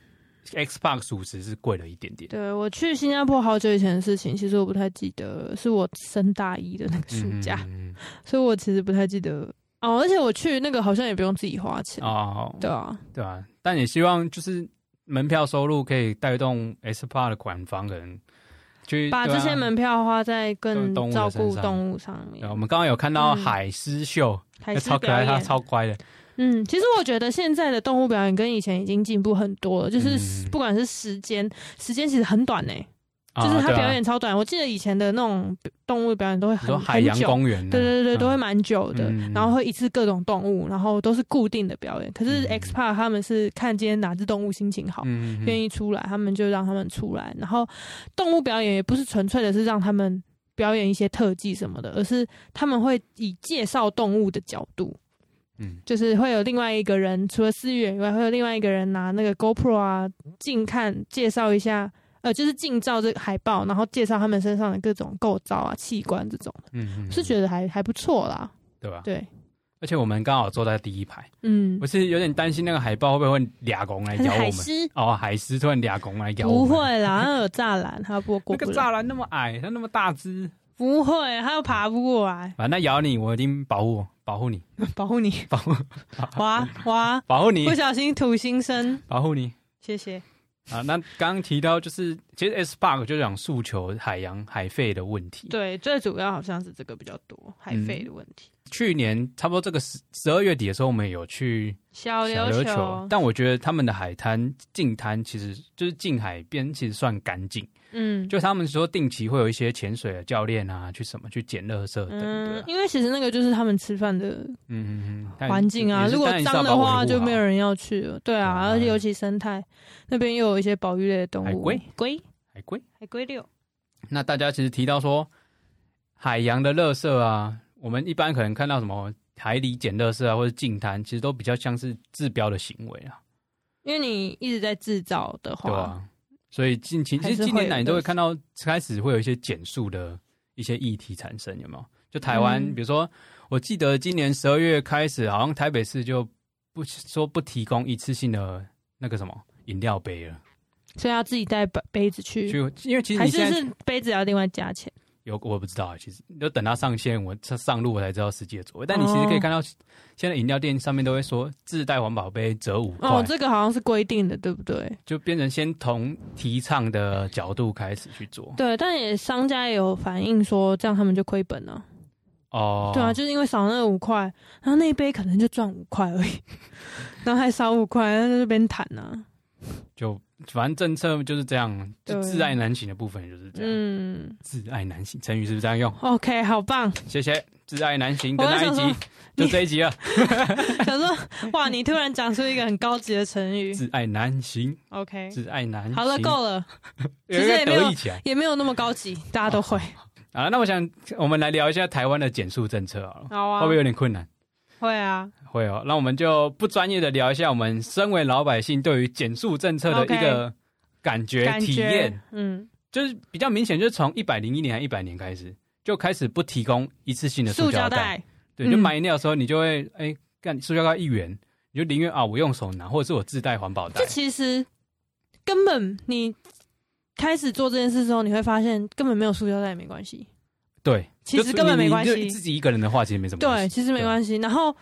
S1: ，Xbox 属实是贵了一点点。
S2: 对我去新加坡好久以前的事情，其实我不太记得了，是我升大一的那个暑假，
S1: 嗯嗯嗯
S2: 所以我其实不太记得哦。而且我去那个好像也不用自己花钱，
S1: 哦，
S2: 对啊，
S1: 对啊，但也希望就是门票收入可以带动 S p a 的管方人去
S2: 把
S1: 对
S2: 这
S1: 啊
S2: 些门票花在更
S1: 动物的
S2: 照顾
S1: 身上
S2: 动物上
S1: 对啊
S2: 面，
S1: 我们刚刚有看到
S2: 嗯
S1: 海狮秀，
S2: 还
S1: 那
S2: 是
S1: 哎超可
S2: 表
S1: 爱，它
S2: 演。
S1: 超乖的。
S2: 嗯，其实我觉得现在的动物表演跟以前已经进步很多了，就是
S1: 嗯
S2: 不管是时间，时间其实很短呢、欸
S1: 啊
S2: 就是它
S1: 对啊
S2: 表演超短。我记得以前的那种动物表演都会
S1: 你说
S2: 很
S1: 海
S2: 很
S1: 洋
S2: 久，
S1: 公园啊，
S2: 对对对，
S1: 嗯
S2: 都会蛮久的，
S1: 嗯
S2: 然后会一次各种动物，然后都是固定的表演。可是
S1: 嗯
S2: X Park 他们是看今天哪只动物心情好，
S1: 嗯
S2: 愿
S1: 意
S2: 意出来，他们就让他们出来。然后动物表演也不是纯粹的是让他们表演一些特技什么的，而是他们会以介绍动物的角度，
S1: 嗯
S2: 就是会有另外一个人，除了思远以外，会有另外一个人拿那个 GoPro 啊，近看介绍一下。呃，就是近照这个海报，然后介绍他们身上的各种构造啊、器官这种，
S1: 嗯嗯
S2: 是觉得还还不错啦。
S1: 对吧？
S2: 对，
S1: 而且我们刚好坐在第一排，
S2: 嗯
S1: 我，是有点担心那个海豹会不会俩拱来
S2: 还是
S1: 咬我
S2: 海
S1: 们。
S2: 狮
S1: 哦，海狮突然俩拱来咬我
S2: 不
S1: 们，
S2: 会啦，它有栅栏，它不过
S1: 那个
S2: 不了，
S1: 栅栏那么矮，它那么大只，
S2: 不会，它又爬不过来，
S1: 反正它咬你，我一定保护我，保护你，
S2: 保护你，
S1: 保护
S2: 哇哇，
S1: 保护你
S2: 不，小心吐心声，
S1: 保护你。
S2: 谢谢。
S1: 啊，那刚刚提到就是，其实 S Park 就讲诉求海洋海费的问题。，
S2: 对，最主要好像是这个比较多，海
S1: 嗯
S2: 费的问题。
S1: 去年差不多这个十十二月底的时候，我们有去
S2: 小
S1: 小
S2: 哦琉
S1: 琉
S2: 球，
S1: 但我觉得他们的海滩近滩其实就是近海边，其实算干净。
S2: 嗯
S1: 就他们说定期会有一些潜水的教练啊，去什么去捡垃圾等等的啊
S2: 嗯，。因为其实那个就是他们吃饭的
S1: 嗯嗯嗯，但
S2: 环境啊，
S1: 也是
S2: 如果
S1: 当然是要
S2: 脏的
S1: 把
S2: 话
S1: 维护
S2: 就没有
S1: 好
S2: 人要去了。对啊，
S1: 对啊
S2: 而且尤其生态那边又有一些保育类的动
S1: 海
S2: 物，
S1: 龟、
S2: 龟、
S1: 海龟。
S2: 海龟六，
S1: 那大家其实提到说海洋的垃圾啊，我们一般可能看到什么海里捡垃圾啊，或者净滩，其实都比较像是治标的行为啊，
S2: 因为你一直在制造的
S1: 对
S2: 话，
S1: 吧、所以近期
S2: 啊还
S1: 其
S2: 是
S1: 实近年来
S2: 会有
S1: 你都
S2: 垃
S1: 会
S2: 圾
S1: 看到开始会有一些减速的一些议题产生，有没有？就台湾，
S2: 嗯
S1: 比如说，我记得今年十二月开始，好像台北市就不说不提供一次性的那个什么饮料杯了，
S2: 所以要自己带杯杯子去，
S1: 就因为其实
S2: 嗯还
S1: 你
S2: 是
S1: 现在
S2: 是杯子要另外加钱？
S1: 有我不知道，其实就等它上线，我上上路我才知道实际的作为。但你其实
S2: 哦
S1: 可以看到，现在饮料店上面都会说自带环保杯折五块，
S2: 哦，这个好像是规定的，对不对？
S1: 就变成先从提倡的角度开始去做。
S2: 对，但也商家也有反映说，这样他们就亏本了。
S1: 哦，
S2: 对啊，就是因为少那五块，然后那一杯可能就赚五块而已， 然后还少五块，那在那边谈啊。
S1: 就反正政策就是这样，就
S2: 对
S1: 自爱难行的部分就是这样，
S2: 嗯
S1: 自爱难行成语是不是这样用？
S2: ，OK，好棒。
S1: 谢谢，自爱难行
S2: 我
S1: 的
S2: 还
S1: 那一
S2: 想
S1: 集
S2: 你
S1: 就这一集啊了，
S2: 想说，哇，你突然讲出一个很高级的成语
S1: 自爱难行，
S2: ，OK，
S1: 自爱难行。
S2: 好了，够了，
S1: 有
S2: 其
S1: 一
S2: 实
S1: 个
S2: 也没有
S1: 得意起来
S2: 也没有那么高级，大家都会。
S1: 啊。那我想我们来聊一下台湾的减速政策好了，
S2: 好
S1: 会
S2: 啊
S1: 不，会有点困难？
S2: 会啊，
S1: 会哦，那我们就不专业的聊一下我们身为老百姓对于减速政策的
S2: OK
S1: 一个感觉
S2: 感
S1: 体
S2: 觉
S1: 验，，
S2: 嗯，
S1: 就是比较明显，就是从一百零一年还一百年开始就开始不提供一次性的
S2: 塑
S1: 塑
S2: 胶
S1: 胶
S2: 袋，
S1: 对，
S2: 嗯
S1: 就买饮料的时候你就会哎干塑胶袋一元，你就宁愿啊我用手拿，或者是我自带环保袋
S2: 这，其实根本你开始做这件事之后，你会发现根本没有塑胶袋也没关系。
S1: 对，
S2: 其实根本没关系
S1: 就你就自己一个人的话其实没什么
S2: 对，
S1: 关系，
S2: 其实没
S1: 对啊
S2: 关系。然后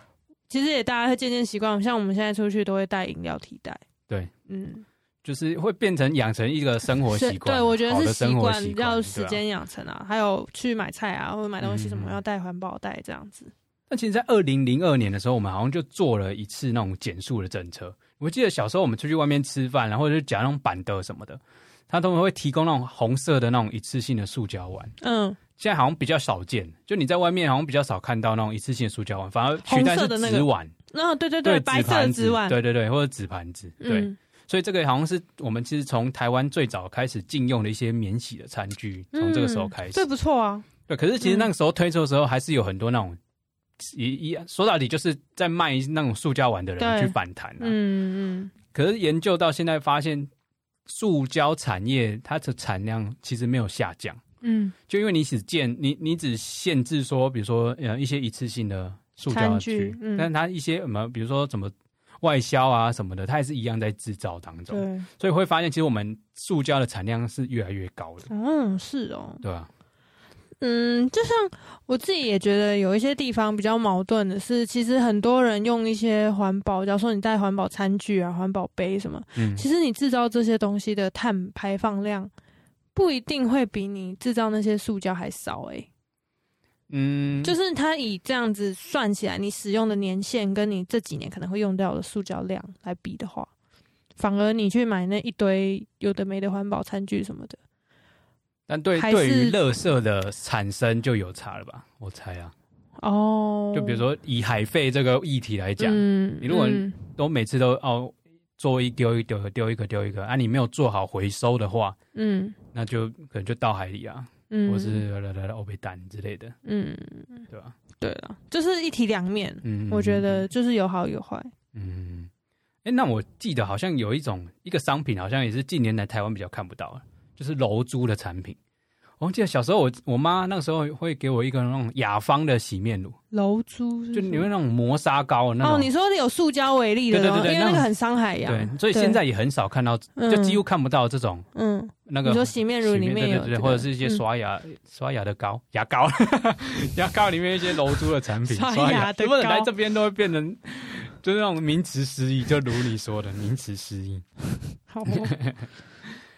S2: 其实也大家会渐渐习惯，像我们现在出去都会带饮料替代。
S1: 对，
S2: 嗯，
S1: 就是会变成养成一个生活
S2: 是
S1: 习惯，
S2: 对我觉
S1: 好
S2: 得
S1: 的
S2: 是习
S1: 生活
S2: 惯
S1: 习惯
S2: 要
S1: 对
S2: 时
S1: 啊
S2: 间养成啊，还有去买菜啊或者买东西什么
S1: 嗯
S2: 要带环保袋这样子。
S1: 但其实，在二零零二年的时候，我们好像就做了一次那种减速的政策。我记得小时候我们出去外面吃饭，然后就夹那种板凳什么的，它都会提供那种红色的那种一次性的塑胶碗。
S2: 嗯，
S1: 现在好像比较少见，就你在外面好像比较少看到那种一次性的塑胶碗，反而取代
S2: 红色
S1: 是
S2: 的那个
S1: 纸碗，
S2: 然后对对对，白
S1: 纸
S2: 色的
S1: 盘
S2: 纸
S1: 子
S2: 碗，
S1: 对对对，或者纸盘子，对。
S2: 嗯，
S1: 所以这个好像是我们其实从台湾最早开始禁用的一些免洗的餐具，从这个时候
S2: 嗯
S1: 开始。
S2: 这不错啊。
S1: 对，可是其实那个时候推出的时候，还是有很多那种一一说到底就是在卖那种塑胶碗的人
S2: 对
S1: 去反弹啊。
S2: 嗯嗯，
S1: 可是研究到现在发现，塑胶产业它的产量其实没有下降，
S2: 嗯，
S1: 就因为你只建你你只限制说，比如说呃一些一次性的塑胶
S2: 餐
S1: 的
S2: 具
S1: 区，
S2: 嗯
S1: 但它一些什么，比如说怎么外销啊什么的，它也是一样在制造当中，
S2: 对，
S1: 所以会发现其实我们塑胶的产量是越来越高的，
S2: 嗯，是哦，
S1: 对吧、
S2: 嗯，就像我自己也觉得有一些地方比较矛盾的是，其实很多人用一些环保，假如说你带环保餐具啊、环保杯什么，
S1: 嗯，
S2: 其实你制造这些东西的碳排放量不一定会比你制造那些塑胶还少诶、
S1: 嗯，
S2: 就是它以这样子算起来，你使用的年限跟你这几年可能会用掉的塑胶量来比的话，反而你去买那一堆有的没的环保餐具什么的，
S1: 但对
S2: 还
S1: 对
S2: 是
S1: 于垃圾的产生就有差了吧？我猜啊，
S2: 哦，
S1: 就比如说以海废这个议题来讲，
S2: 嗯，
S1: 你如果
S2: 嗯
S1: 都每次都哦做一丢一丢丢一个丢一个啊，你没有做好回收的话，
S2: 嗯
S1: 那就可能就到海里啊，
S2: 嗯，
S1: 或是来来来欧贝蛋之类的，
S2: 嗯，
S1: 对吧？
S2: 对了，就是一体两面，
S1: 嗯，
S2: 我觉得就是有好有坏。
S1: 嗯，哎、那我记得好像有一种一个商品，好像也是近年来台湾比较看不到了，就是楼珠的产品。我记得小时候我我妈那个时候会给我一个那种雅芳的洗面乳，
S2: 楼珠是
S1: 就
S2: 什
S1: 你
S2: 么
S1: 们那种磨砂膏的那种。
S2: 嗯哦，你啊说有塑胶为例的
S1: 对对
S2: 东西，
S1: 对对
S2: 因为那
S1: 那
S2: 个
S1: 种
S2: 很伤海洋，
S1: 对，所以现在也很少看到，就几乎看不到这种
S2: 嗯，嗯
S1: 那
S2: 你
S1: 个
S2: 说洗面乳里面
S1: 对
S2: 有
S1: 对
S2: 这
S1: 对，
S2: 个
S1: 或者是一些
S2: 嗯
S1: 刷牙、刷牙的膏、牙膏、 牙膏里面一些楼珠的产品，
S2: 刷
S1: 刷
S2: 牙的
S1: 不能
S2: 膏
S1: 来这边都会变成就是那种名词失忆，就如你说的名词失忆。
S2: 好 哦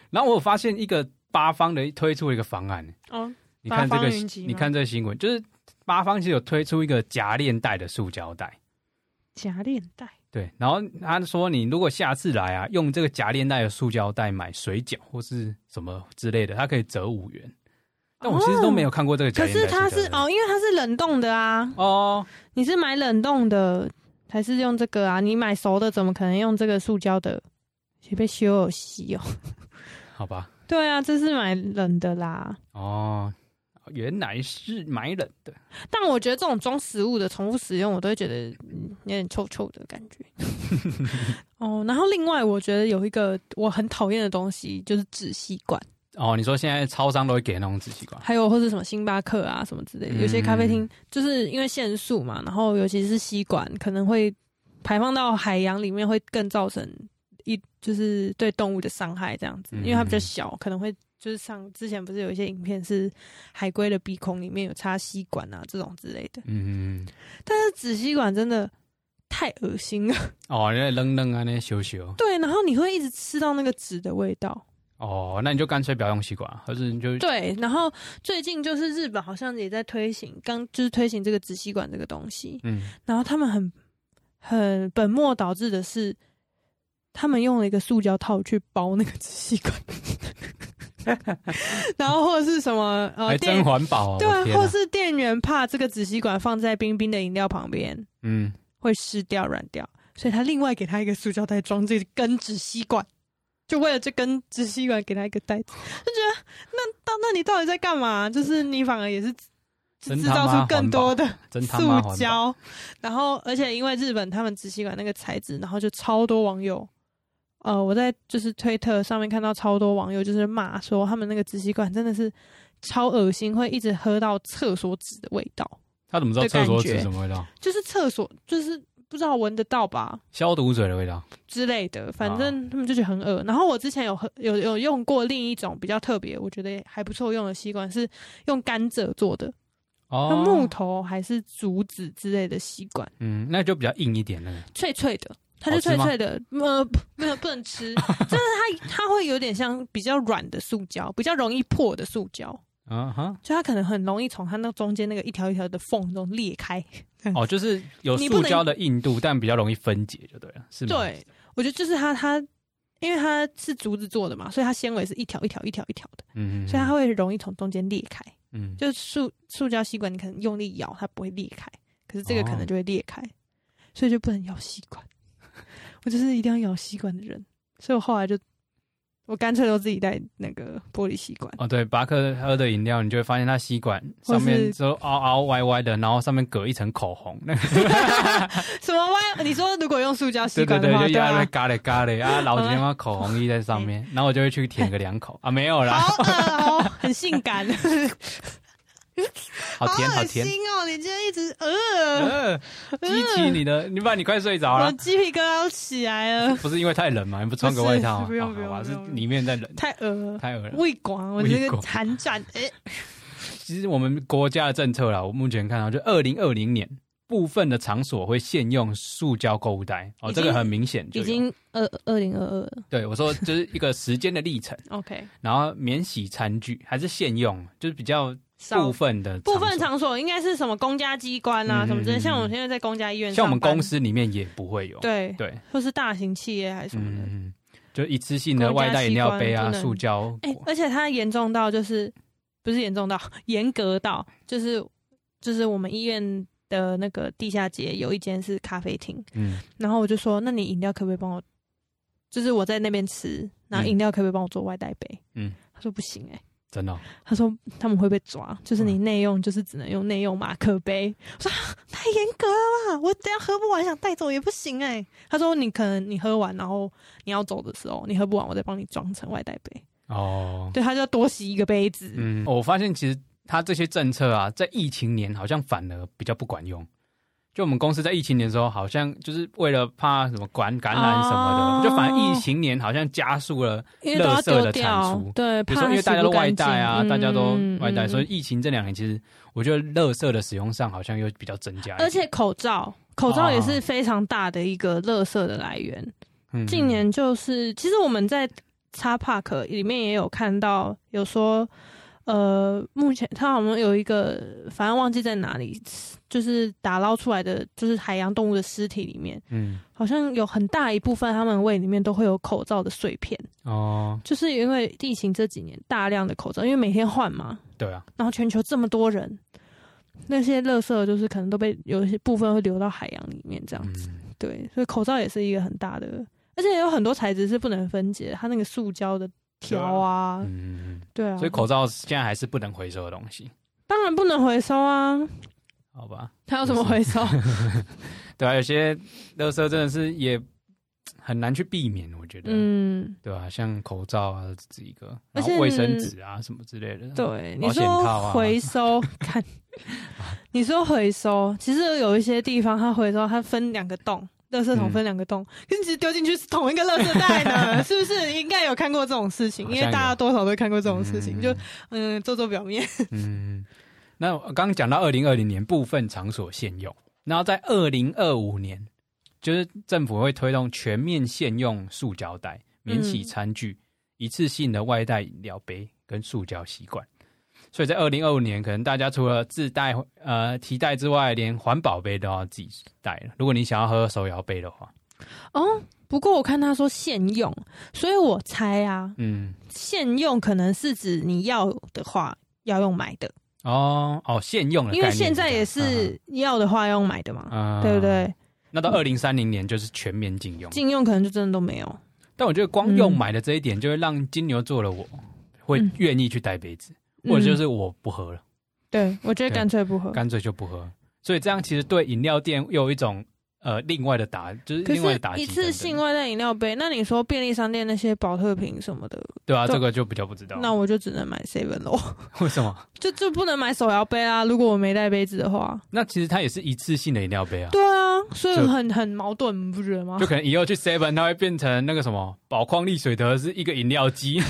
S1: 然后我有发现一个八方的推出了一个方案，
S2: 哦，
S1: 你看这
S2: 八
S1: 个
S2: 方云集吗
S1: 你看这个新闻，就是八方其实有推出一个夹链袋的塑胶袋。
S2: 夹链袋
S1: 对，然后他说你如果下次来啊，用这个夹链袋的塑胶袋买水饺或是什么之类的，它可以折五元。但我其实都没有看过这个夹
S2: 哦可
S1: 链袋
S2: 是
S1: 塑胶袋。
S2: 它是哦，因为它是冷冻的啊，
S1: 哦，
S2: 你是买冷冻的还是用这个啊？你买熟的怎么可能用这个塑胶的？谁被羞有西哦？
S1: 好吧，
S2: 对啊，这是买冷的啦。
S1: 哦，原来是买冷的，
S2: 但我觉得这种装食物的重复使用，我都会觉得嗯有点臭臭的感觉。 哦，然后另外我觉得有一个我很讨厌的东西，就是纸吸管，
S1: 哦，你说现在超商都会给那种纸吸管，
S2: 还有或是什么星巴克啊什么之类的。有些咖啡厅就是因为限速嘛，然后尤其是吸管可能会排放到海洋里面，会更造成一就是对动物的伤害这样子，因为它比较
S1: 嗯
S2: 小，可能会。就是上之前不是有一些影片是海龟的鼻孔里面有插吸管啊这种之类的，
S1: 嗯，
S2: 但是纸吸管真的太恶心了。
S1: 哦，那扔扔啊，那修修，
S2: 对，然后你会一直吃到那个纸的味道。
S1: 哦，那你就干脆不要用吸管，或是你就
S2: 对，然后最近就是日本好像也在推行，刚就是推行这个纸吸管这个东西，
S1: 嗯，
S2: 然后他们很很本末倒置的是。他们用了一个塑胶套去包那个纸吸 管，然后或者是什么呃
S1: 还真
S2: 店
S1: 环保、哦，
S2: 对啊，
S1: 我天
S2: 或
S1: 啊
S2: 是店员怕这个纸吸管放在冰冰的饮料旁边，
S1: 嗯，
S2: 会湿掉、软掉，所以他另外给他一个塑胶袋装这根纸吸管，就为了这根纸吸管给他一个袋子，就觉得那到那你到底在干嘛？就是你反而也是制
S1: 真他
S2: 造
S1: 妈
S2: 出更多的
S1: 真他妈环
S2: 塑
S1: 保，
S2: 胶，然后而且因为日本他们纸吸管那个材质，然后就超多网友。呃，我在就是推特上面看到超多网友就是骂说他们那个纸吸管真的是超恶心，会一直喝到厕所纸的味道，
S1: 他怎么知道
S2: 的感
S1: 厕所
S2: 觉
S1: 纸什么味道？
S2: 就是厕所就是不知道闻得到吧？
S1: 消毒水的味道，
S2: 之类的，
S1: 啊
S2: 反正他们就觉得很恶。然后我之前有喝有有用过另一种比较特别，我觉得还不错用的吸管，是用甘蔗做的，用
S1: 哦，
S2: 木头还是竹子之类的吸管，
S1: 嗯，那就比较硬一点那个，
S2: 脆脆的，它就
S1: 好
S2: 脆
S1: 吃吗
S2: 脆的，呃，不没有不 能吃，就是它它会有点像比较软的塑胶，比较容易破的塑胶，
S1: 啊哈，
S2: 就它可能很容易从它那中间那个一条一条的缝中裂开。
S1: 哦，就是有
S2: 你不
S1: 塑
S2: 能
S1: 胶的硬度，但比较容易分解，就对了，是吗？，
S2: 对，我觉得就是它它。因为它是竹子做的嘛，所以它纤维是一条一条一条一条的，
S1: 嗯，嗯
S2: 所以它，会容易从中间裂开。
S1: 嗯，
S2: 就是塑塑胶吸管，你可能用力咬它不会裂开，可是这个可
S1: 哦
S2: 能就会裂开，所以 就不能咬吸管。我就是一定要咬吸管的人，所以我后来就我干脆都自己带那个玻璃吸管。
S1: 哦，对，巴克喝的饮料，你就会发现它吸管上面
S2: 或是
S1: 都凹凹歪歪的，然后上面隔一层口红，那个
S2: 什么歪？你说如果用塑胶吸
S1: 对对
S2: 管的
S1: 对，
S2: 话，
S1: 就
S2: 对
S1: 压在
S2: 啊，嗯
S1: 嘎嘞嘎嘞啊，老子他妈口红印在上面，然后我就会去舔个两口啊，没有啦，
S2: 好恶哦，很 性感，
S1: 好甜好
S2: 恶
S1: 甜
S2: 心，哦！你今天一直呃，
S1: 呃，激起你的，你把你快睡着
S2: 我
S1: 了，
S2: 鸡皮疙瘩都起来了，
S1: 不是因为太冷嘛，你不穿个
S2: 不是
S1: 外套吗？
S2: 不用
S1: 哦
S2: 不用
S1: 好吧
S2: 不
S1: 是
S2: 用不用
S1: 里面在冷，
S2: 太恶了。
S1: 太恶了。
S2: 胃管，我这
S1: 胃
S2: 个
S1: 管
S2: 寒战，哎，
S1: 其实我们国家的政策啦，我目前看到就二零二零年部分的场所会限用塑胶购物袋哦，
S2: 已经
S1: 这个很明显就
S2: 呃已
S1: 有。
S2: 经二二零二二了。
S1: 对我说，就是一个时间的历程，
S2: OK，
S1: 然后免洗餐具还是限用，就是比较
S2: 少
S1: 部分的
S2: 部分
S1: 场
S2: 场所应该是什么公家机关啊，
S1: 嗯
S2: 什么之类。
S1: 嗯
S2: 像我
S1: 嗯
S2: 现在在公家医院，
S1: 所，像我们公，司里面也不会有。
S2: 对，
S1: 对，
S2: 或是大型企业还是什么的。
S1: 嗯，就一次性的外带饮料杯啊，
S2: 国家机关不能
S1: 塑胶
S2: 哎、
S1: 果
S2: 而且它严重到就是不是严重到 严格到就是就是我们医院的那个地下街有一间是咖啡厅，
S1: 嗯，
S2: 然后我就说，那你饮料可不可以帮我？就是我在那边吃，然后饮料可不可以帮我做外带杯？
S1: 嗯，
S2: 他说不行哎、
S1: 真的哦、
S2: 他说他们会被抓，
S1: 嗯
S2: 就是你内用就是只能用内用马克杯。我说、啊太严格了吧，我等一下喝不完想带走也不行哎、他说你可能你喝完然后你要走的时候，你喝不完我再帮你装成外带杯。
S1: 哦，
S2: 对，他就要多洗一个杯子。
S1: 嗯，我发现其实它这些政策啊，在疫情年好像反而比较不管用。就我们公司在疫情年的时候，好像就是为了怕什么感感染什么
S2: 哦
S1: 的，就反而疫情年好像加速了。
S2: 因为都要丢
S1: 垃圾的
S2: 掉
S1: 产出，
S2: 对，
S1: 比
S2: 怕
S1: 如说，因为大家都外带啊，
S2: 洗不干净
S1: 大家都
S2: 嗯
S1: 外带，
S2: 嗯
S1: 所以疫情这两年其实我觉得垃圾的使用上好像又比较增加一点。
S2: 而且口罩，口罩也
S1: 哦
S2: 是非常大的一个垃圾的来源。
S1: 嗯
S2: 近年就是，其实我们在插 park 里面也有看到，有说，呃，目前它好像有一个，反正忘记在哪里，就是打捞出来的，就是海洋动物的尸体里面，
S1: 嗯
S2: 好像有很大一部分它们胃里面都会有口罩的碎片，
S1: 哦，
S2: 就是因为疫情这几年大量的口罩，因为每天换嘛，
S1: 对啊，
S2: 然后全球这么多人，那些垃圾就是可能都被有一些部分会流到海洋里面，这样子。
S1: 嗯
S2: 对，所以口罩也是一个很大的，而且有很多材质是不能分解的，它那个塑胶的条啊，
S1: 嗯，
S2: 对啊，
S1: 所以口罩现在还是不能回收的东西，
S2: 当然不能回收啊，
S1: 好吧？
S2: 它有什么回收？
S1: 对啊，有些垃圾真的是也很难去避免，我觉得，
S2: 嗯，
S1: 对啊，像口罩啊这一个，
S2: 而
S1: 然
S2: 且
S1: 后卫生纸啊什么之类的，
S2: 对，你
S1: 保险套
S2: 说
S1: 啊
S2: 回收， 看，你说回收，其实有一些地方它回收，它分两个洞。垃圾桶
S1: 嗯
S2: 分两个洞，可是其实丢进去是同一个垃圾 袋呢，是不是？应该有看过这种事情，
S1: 好
S2: 因为
S1: 像有
S2: 大家多少都看过这种事情，
S1: 嗯
S2: 就嗯做做表面。
S1: 嗯，那我刚刚讲到二零二零年部分场所限用，然后在二零二五年，就是政府会推动全面限用塑胶袋、免洗餐具、一次性的外带饮料杯跟塑胶吸管。所以在二零二五年，可能大家除了自带呃提袋之外，连环保杯都要自己带了。如果你想要喝手摇杯的话，
S2: 哦，不过我看他说限用，所以我猜啊，
S1: 嗯，
S2: 限用可能是指你要的话要用买的，
S1: 哦哦，限用的概
S2: 因
S1: 念
S2: 为
S1: 这样，嗯
S2: 现在也是要的话要用买的嘛，
S1: 嗯，嗯
S2: 对不？对？
S1: 那到二零三零年就是全面禁用，
S2: 禁用可能就真的都没有。
S1: 但我觉得光用
S2: 嗯
S1: 买的这一点，就会让金牛座的我会
S2: 嗯
S1: 愿意去带杯子，或者
S2: 嗯
S1: 就是我不喝了，
S2: 对，我觉得
S1: 对
S2: 干脆不喝。
S1: 干脆就不喝。所以这样其实对饮料店又有一种呃另外的打，就是
S2: 可
S1: 另外的
S2: 是
S1: 打击
S2: 一
S1: 等等。
S2: 次性哦外带饮料杯，那你说便利商店那些保特瓶什么的，
S1: 对啊，
S2: 对
S1: 这个就比较不知道。
S2: 那我就只能买 seven 喽，
S1: 为什么？
S2: 就就不能买手摇杯啊。如果我没带杯子的话，
S1: 那其实它也是一次性的饮料杯啊，
S2: 对啊，所以
S1: 就
S2: 很很矛盾，你不觉得吗
S1: 就？可能以后去 Seven 它会变成那个什么宝矿力水得是一个饮料 机，
S2: 你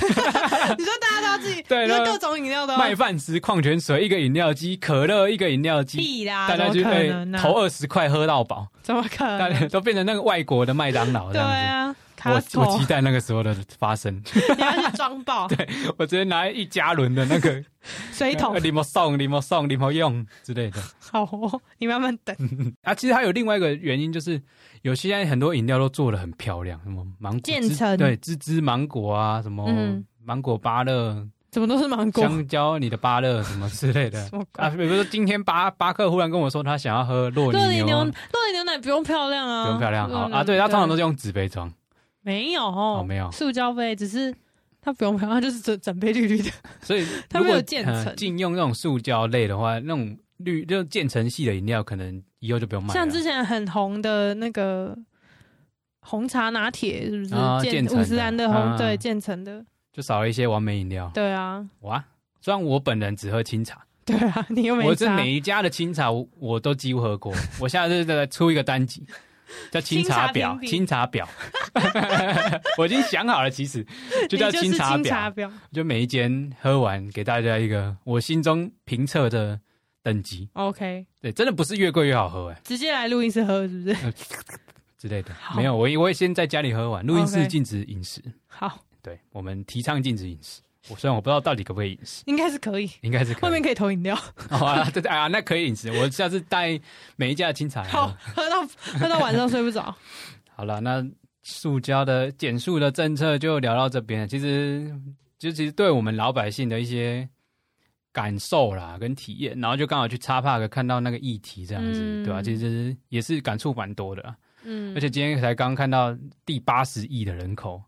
S2: 说大家都要自己，
S1: 对
S2: 你说
S1: 那
S2: 各种饮料都要
S1: 麦饭石矿泉水一个饮料机，可乐一个饮料机，
S2: 屁啦，
S1: 大家
S2: 怎
S1: 就
S2: 么可
S1: 哎
S2: 能呢、啊
S1: 投二十块喝到饱，
S2: 怎么可
S1: 大
S2: 能？
S1: 家都变成那个外国的麦当劳哦这
S2: 对
S1: 样子。
S2: 啊，卡
S1: 我我
S2: 口
S1: 期待那个时候的发生，
S2: 你要去装 爆
S1: 我直接拿一加仑的那 个
S2: 水桶，
S1: 里莫送里莫送里莫用之类的。
S2: 好哦，你慢慢等。
S1: 啊，其实还有另外一个原因，就是有些现在很多饮料都做的很漂亮，什么芒果
S2: 渐
S1: 芝
S2: 层
S1: 对芝芝芒果啊，什么
S2: 嗯
S1: 芒果芭乐、
S2: 怎么都是芒果？
S1: 香蕉你的芭乐什么之类 的
S2: 什么鬼
S1: 啊。比如说今天巴巴克忽然跟我说他想要喝洛
S2: 洛梨
S1: 尼
S2: 牛
S1: 牛，
S2: 洛梨牛奶不用漂亮啊，
S1: 不用漂亮好
S2: 洛梨
S1: 啊，对他通常都
S2: 对
S1: 是用纸杯装，
S2: 没有
S1: 哦没有
S2: 塑胶杯，只是它不用漂亮，它 就是整整杯绿绿的。
S1: 所 以
S2: 它
S1: 如
S2: 没有
S1: 果
S2: 渐
S1: 呃
S2: 层
S1: 禁用那种塑胶类的话，那种绿就渐层系的饮料，可能以后就不用卖了。
S2: 像之前很红的那个红茶拿铁，是不是？
S1: 啊
S2: 建
S1: 渐层
S2: 五
S1: 的
S2: 十兰的红，
S1: 啊
S2: 对，建成的，
S1: 就少了一些完美饮料。
S2: 对啊，
S1: 哇，虽然我本人只喝清茶，
S2: 对啊，你又没
S1: 我这
S2: 差。
S1: 每一家的清茶我我都几乎喝 过。我下次再出一个单集，叫清茶表，
S2: 清
S1: 清茶表。 我已经想好了，其实就叫
S2: 你就是
S1: 清茶
S2: 清
S1: 表，
S2: 表
S1: 就每一间喝完给大家一个我心中评测的等级。
S2: ，OK，
S1: 对，真的不是越贵越好喝哎、
S2: 直接来录音室喝是不 是？
S1: 之类的。
S2: 好
S1: 没有，我我也先在家里喝完。录音室
S2: OK
S1: 禁止饮食，
S2: 好，
S1: 对我们提倡禁止饮食。我虽然我不知道到底可不可以饮食，
S2: 应该是可以，
S1: 应该是可
S2: 外
S1: 以
S2: 面。可以投饮料，
S1: 好啊，对对啊，那可以饮食。我下次带每一家的清茶来喝。
S2: 好，喝到喝到晚上睡不着。
S1: 好了，那塑胶的减速的政策就聊到这边了。其实，就其实对我们老百姓的一些感受啦，跟体验，然后就刚好去插 park 看到那个议题这样子，
S2: 嗯
S1: 对吧、其实也是感触蛮多的啊、
S2: 嗯，
S1: 而且今天才刚看到第八十亿的人口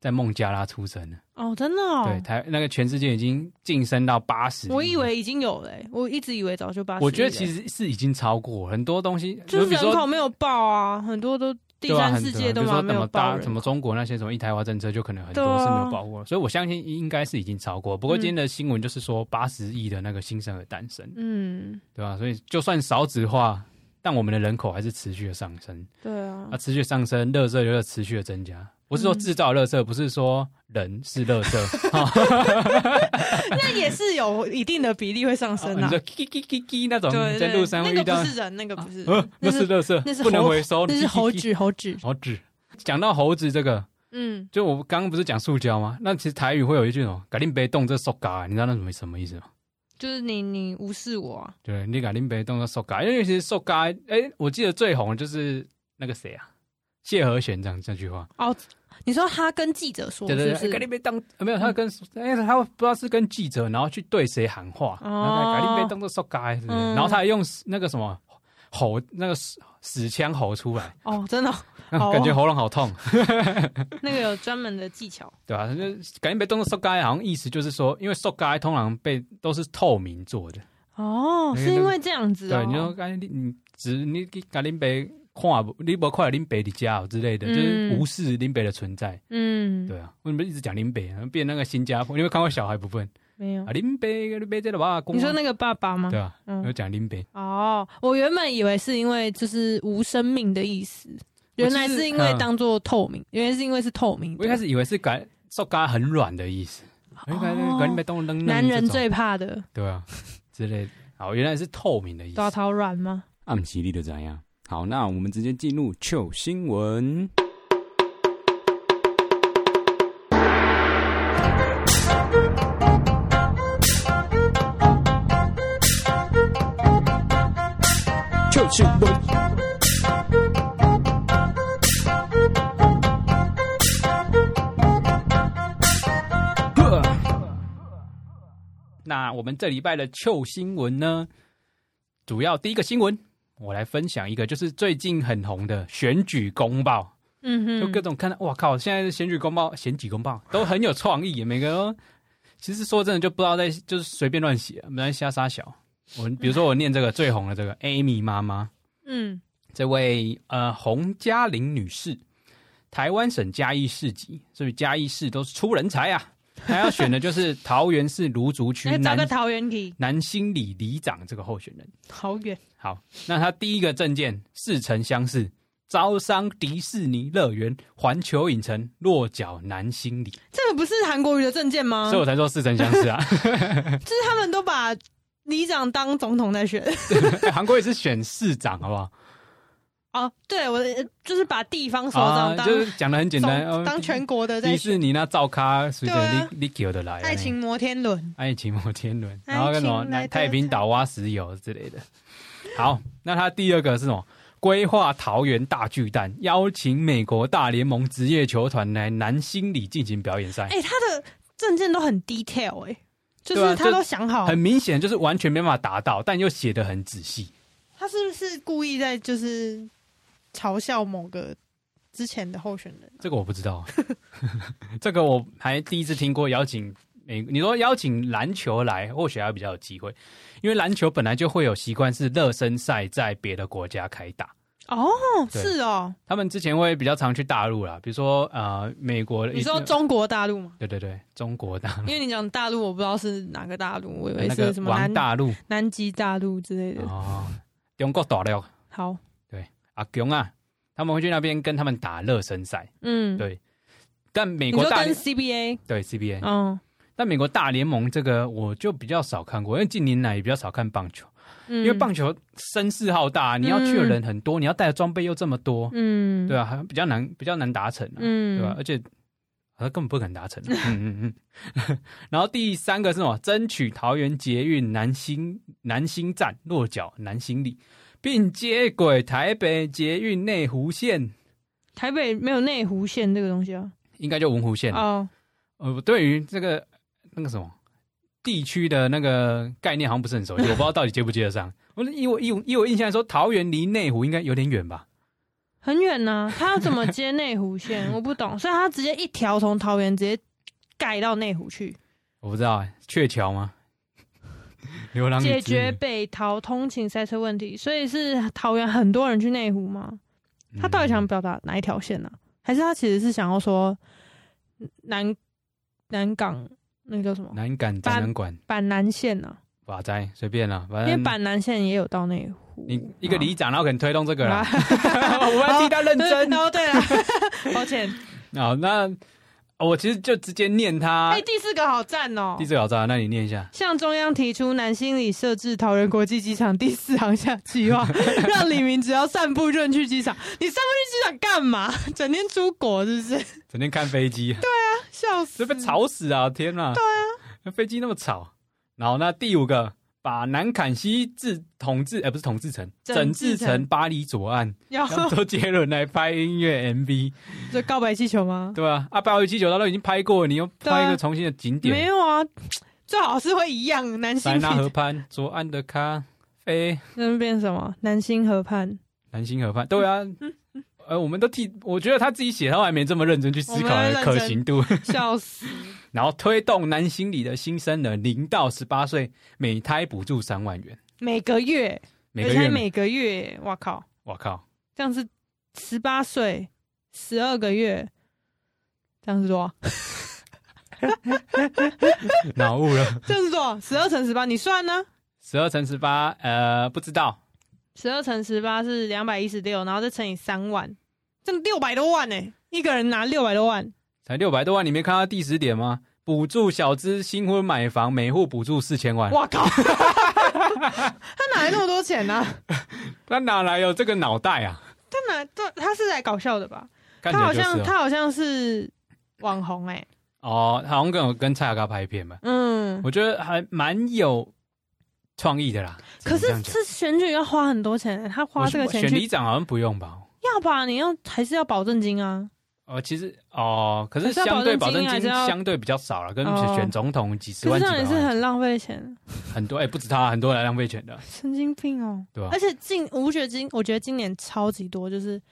S1: 在孟加拉出生了，
S2: 哦，真的哦，
S1: 对，台那个全世界已经晋升到八十。
S2: 我以。为已经有了欸，我一直以为早就八十亿了。
S1: 我觉得其实是已经超过很多东西，
S2: 就是
S1: 比如
S2: 人
S1: 说
S2: 口没有报啊，很多都第
S1: 对啊
S2: 三
S1: 很
S2: 世
S1: 多
S2: 界都
S1: 比如说
S2: 嘛没
S1: 怎
S2: 有
S1: 么
S2: 报
S1: 大，
S2: 人
S1: 什么中国那些什么一胎化政策，就可能很
S2: 对
S1: 多
S2: 啊
S1: 是没有保护的，所以我相信应该是已经超过。不过今天的新闻就是说八十亿的那个新生儿诞生，
S2: 嗯，
S1: 对吧、所以就算少子化，但我们的人口还是持续的上升，
S2: 对啊
S1: 啊，，持续上升，垃圾就是持续的增加。不是说
S2: 嗯
S1: 制造垃圾，不是说人是垃 圾，
S2: 那也是有一定的比例会上升
S1: 哦你
S2: 啊
S1: 说。叽叽叽叽那种
S2: 对，
S1: 哦在
S2: 对
S1: 路上会
S2: 那
S1: 遇
S2: 个
S1: 到
S2: 不，是人，那个不是人，
S1: 呃，那
S2: 那
S1: 是
S2: 是
S1: 垃圾，
S2: 那是
S1: 不能
S2: 猴
S1: 回收，
S2: 那是猴
S1: 叽叽叽。
S2: 子，猴子。
S1: 猴子，讲到猴子这个，
S2: 嗯，
S1: 就我刚刚不是讲塑胶吗？那其实台语会有一句哦，“嘎令别动这塑胶啊”，你知道那什么什么意思吗？
S2: 就是你你无视我啊，
S1: 对，你嘎令别动这塑胶，因为其实塑胶，哎，我记得最红的就是那个谁啊，谢和弦这样这句话，
S2: 哦你说他跟记者说
S1: 对
S2: 是嗯
S1: 对
S2: 不
S1: 对，嘎
S2: 是？
S1: 令别动，呃没有他跟哎他不知道是跟记者，然后去对谁喊话，然后嘎令别动这塑胶，是不是
S2: 哦嗯
S1: 然后他还用那个什么吼那个死死腔吼出来，
S2: 哦，真的哦，哦
S1: 感觉喉咙好痛。
S2: 那个有专门的技巧。
S1: 对啊，就是感觉被当作塑胶，好像意思就是说，因为塑胶通常被都是透明做的，
S2: 哦，
S1: 那个
S2: 是因为这样子哦。
S1: 对，你说干你你只你干林北看不，你不看林北的家哦之类的，就是
S2: 嗯
S1: 无视林北的存在。
S2: 嗯，
S1: 对啊，为什么一直讲林北啊？变那个新加坡，你有没有看过小孩不笨
S2: 没有
S1: 啊？。林北林北在的吧？
S2: 你说那个爸爸吗
S1: 对？啊，有
S2: 嗯，
S1: 讲林北，
S2: 哦，我原本以为是因为就是无生命的意思，
S1: 我
S2: 原来
S1: 其实嗯
S2: 是因为当做透明，原来是因为是透明的。
S1: 我一开始以为是感塑胶很软的意思，我一开始感林北当扔
S2: 哦男人最怕的
S1: 对啊之类的。好，原来是透明的意思
S2: 大。头软吗？
S1: 啊
S3: 暗喜力的怎样？好，那我们直接进入糗新闻。糗新闻，
S1: 那我们这礼拜的旧新闻呢，主要第一个新闻，我来分享一个，就是最近很红的选举公报，
S2: 嗯哼，
S1: 就各种看到，哇靠！现在的选举公报、选举公报都很有创意，每个都其实说真的就不知道在就是随便乱写，啊不然瞎撒小。我比如说我念这个最红的这个 Amy 妈妈，
S2: 嗯
S1: 这位呃洪嘉玲女士，台湾省嘉义市籍，所以嘉义市都是出人才啊。她要选的就是桃园市芦竹 区
S2: 哎来找
S1: 南
S2: 个桃园体，
S1: 南新里里长这个候选人。
S2: 好远，
S1: 好，那他第一个证件似曾相识，招商迪士尼乐园、环球影城落脚南新里，
S2: 这个不是韩国瑜的证件吗？
S1: 所以我才说似曾相识 啊。
S2: 就是他们都把里长当总统在选
S1: 哎韩国也是选市长，好不好？
S2: 哦，对，我的就是把地方首长
S1: 啊
S2: 当、
S1: 就是讲的很简单，
S2: 总
S1: 呃
S2: 当全国的在
S1: 迪士
S2: 选，
S1: 尼那照咖，随
S2: 对啊
S1: 着你你给的来啊，
S2: 爱情摩天轮，
S1: 爱情摩天轮，
S2: 爱情
S1: 然后跟什么
S2: 来
S1: 南
S2: 得
S1: 太平岛挖石油之类的。好，那他第二个是什么？规划桃园大巨蛋，邀请美国大联盟职业球团来南新里进行表演赛。
S2: 哎、他的证件都很 detail 哎、就
S1: 对
S2: 是
S1: 啊
S2: 他
S1: 就
S2: 都想好，
S1: 很明显就是完全没办法达到，但又写得很仔细。
S2: 他是不是故意在就是嘲笑某个之前的候选人啊、
S1: 这个我不知 道，这个我还第一次听过邀请美，你说邀请篮球来，或许还比较有机会，因为篮球本来就会有习惯是热身赛在别的国家开打，
S2: 哦，
S1: 对
S2: 是哦，
S1: 他们之前会比较常去大陆啦，比如说呃美国的一，
S2: 你说中国大陆吗？
S1: 对对对，中国大陆
S2: 因为你讲大陆，我不知道是哪个大陆，我以为
S1: 那
S2: 是
S1: 个
S2: 什么
S1: 王
S2: 南
S1: 大陆
S2: 南极大陆之类的。
S1: 哦，中国大陆
S2: 好，
S1: 阿强啊，他们会去那边跟他们打热身赛，
S2: 嗯，
S1: 对但美
S2: 你
S1: 国
S2: 说
S1: 大
S2: 跟
S1: 联
S2: CBA，
S1: 对 CBA，
S2: 嗯
S1: 但美国大联盟这个我就比较少看过，因为近年来也比较少看棒球，
S2: 嗯，
S1: 因为棒球声势浩大，你要去的人很多，你要带的装备又这么多，
S2: 嗯，
S1: 对啊，还比较难，比较难达成啊，
S2: 嗯，
S1: 对吧、而且好像根本不可能达成、 啊，嗯嗯嗯。 然后第三个是什么？争取桃园捷运南新南新站落脚南新里，并接轨台北捷运内湖线，
S2: 台北没有内湖线这个东西啊。
S1: 应该就文湖线啊了。
S2: 哦，
S1: 呃，对于这个那个什么地区的那个概念，好像不是很熟悉，我不知道到底接不接得上。我以我以我以我印象来说，桃园离内湖应该有点远吧？
S2: 很远呐、他要怎么接内 湖线？我不懂，所以他直接一条从桃园直接盖到内湖去，
S1: 我不知道、欸，鹊桥吗？牛郎与织女
S2: 解决北桃通勤塞车问题。所以是桃园很多人去内湖吗？
S1: 嗯
S2: 他到底想表达哪一条线呢、啊还是他其实是想要说嗯南南港那个叫什么
S1: 嗯南港展览馆
S2: 板南线呢、
S1: 哇塞，随便啦，反
S2: 因为
S1: 正
S2: 板南线也有到内湖。
S1: 你一个
S2: 啊
S1: 里长，然后可能推动这个啦
S2: 啊。
S1: 我要替他认真
S2: 哦，对 了，抱歉。
S1: 好，那哦我其实就直接念他
S2: 哎，第四个好赞哦
S1: 第。四个老张，那你念一下。
S2: 向中央提出南新里设置桃园国际机场第四航厦计 划，让李明只要散步就能去机场。你散步去机场干嘛？ 整天出国是不是？
S1: 整天看飞机，
S2: 笑死！
S1: 这被吵死啊！天哪，对啊，那飞机那么吵。然后那第五个，把南坎西治统治，哎、不是统治城，
S2: 整
S1: 整
S2: 治哦
S1: 治
S2: 城
S1: 成巴黎左岸，
S2: 要
S1: 让周杰伦来拍音乐 MV，
S2: 这告白气球吗？
S1: 对吧、啊？八八一七九他都已经拍过了，你又拍一
S2: 对啊
S1: 个重新的景点，
S2: 没有啊，最好是会一样。南新
S1: 塞
S2: 里
S1: 纳河畔左岸的咖啡，
S2: 那边什么？南新河 畔，
S1: 南星河畔，对啊，
S2: 嗯
S1: 呃，我们都替，我觉得他自己写，他还没这么认真去思考
S2: 我们
S1: 的
S2: 认真
S1: 可行度，
S2: 笑死！
S1: 然后推动南星里的新生儿零到十八岁每胎补助三万元，
S2: 每个月，
S1: 每个
S2: 而且
S1: 月
S2: 还，每个月，哇靠！
S1: 我靠，
S2: 这样是十八岁，十二个月，这样是多少？
S1: 脑雾了，
S2: 这样是多少？十二乘十八，你算啊呢？
S1: 十二乘十八，呃，不知道，
S2: 十二乘十八是两百一十六，然后再乘以三万，这六百多万呢、一个人拿六百多万，
S1: 才六百多万，你没看到第十点吗？补助小资新婚买房，每户补助四千万，
S2: 哇靠！他哪来那么多钱啊呢、
S1: 他哪来有这个脑袋啊？
S2: 他哪他他是来搞笑的吧？
S1: 看起
S2: 他
S1: 来
S2: 好
S1: 就
S2: 像
S1: 是哦
S2: 他好像是网红哎、
S1: 哦，好像跟我跟蔡雅刚拍片吧，
S2: 嗯，
S1: 我觉得还蛮有创意的啦。只
S2: 可
S1: 这
S2: 是
S1: 样讲
S2: 这选举要花很多钱欸、他花这个钱
S1: 选
S2: 去
S1: 里长好像不用吧？
S2: 要吧？你要还是要保证金啊？
S1: 哦，其实哦，可
S2: 可
S1: 是
S2: 是要
S1: 相对
S2: 保
S1: 保证
S2: 证金还
S1: 金
S2: 是要
S1: 相对比较少了，跟
S2: 哦
S1: 选总统几十
S2: 可
S1: 万、几
S2: 是这样
S1: 百
S2: 也是
S1: 万
S2: 很浪费钱，
S1: 很多，哎、不止他，很多人浪费钱的，
S2: 神经病哦、
S1: 对啊吧
S2: 而？且今我觉得今我觉得今年超级多，就是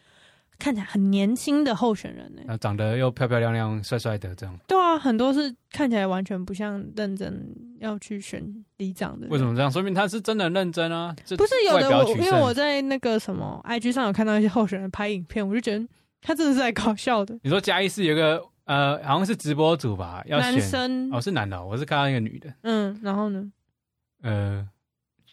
S2: 看起来很年轻的候选人呢、欸
S1: 那长得又漂漂亮亮、帅帅的这样，
S2: 对啊，很多是看起来完全不像认真要去选里长的。
S1: 为什
S2: 么？
S1: 么这样？说明他是真的很认真啊！这
S2: 不是有的
S1: 外表
S2: 我，
S1: 取胜
S2: 因为我在那个什么 IG 上有看到一些候选人拍影片，我就觉得他真的是在搞笑的。
S1: 你说嘉义市有个呃，好像是直播主吧，要
S2: 男
S1: 选
S2: 生，
S1: 哦，是男的哦、我是看到一个女的，
S2: 嗯，然 后呢？
S1: 呃，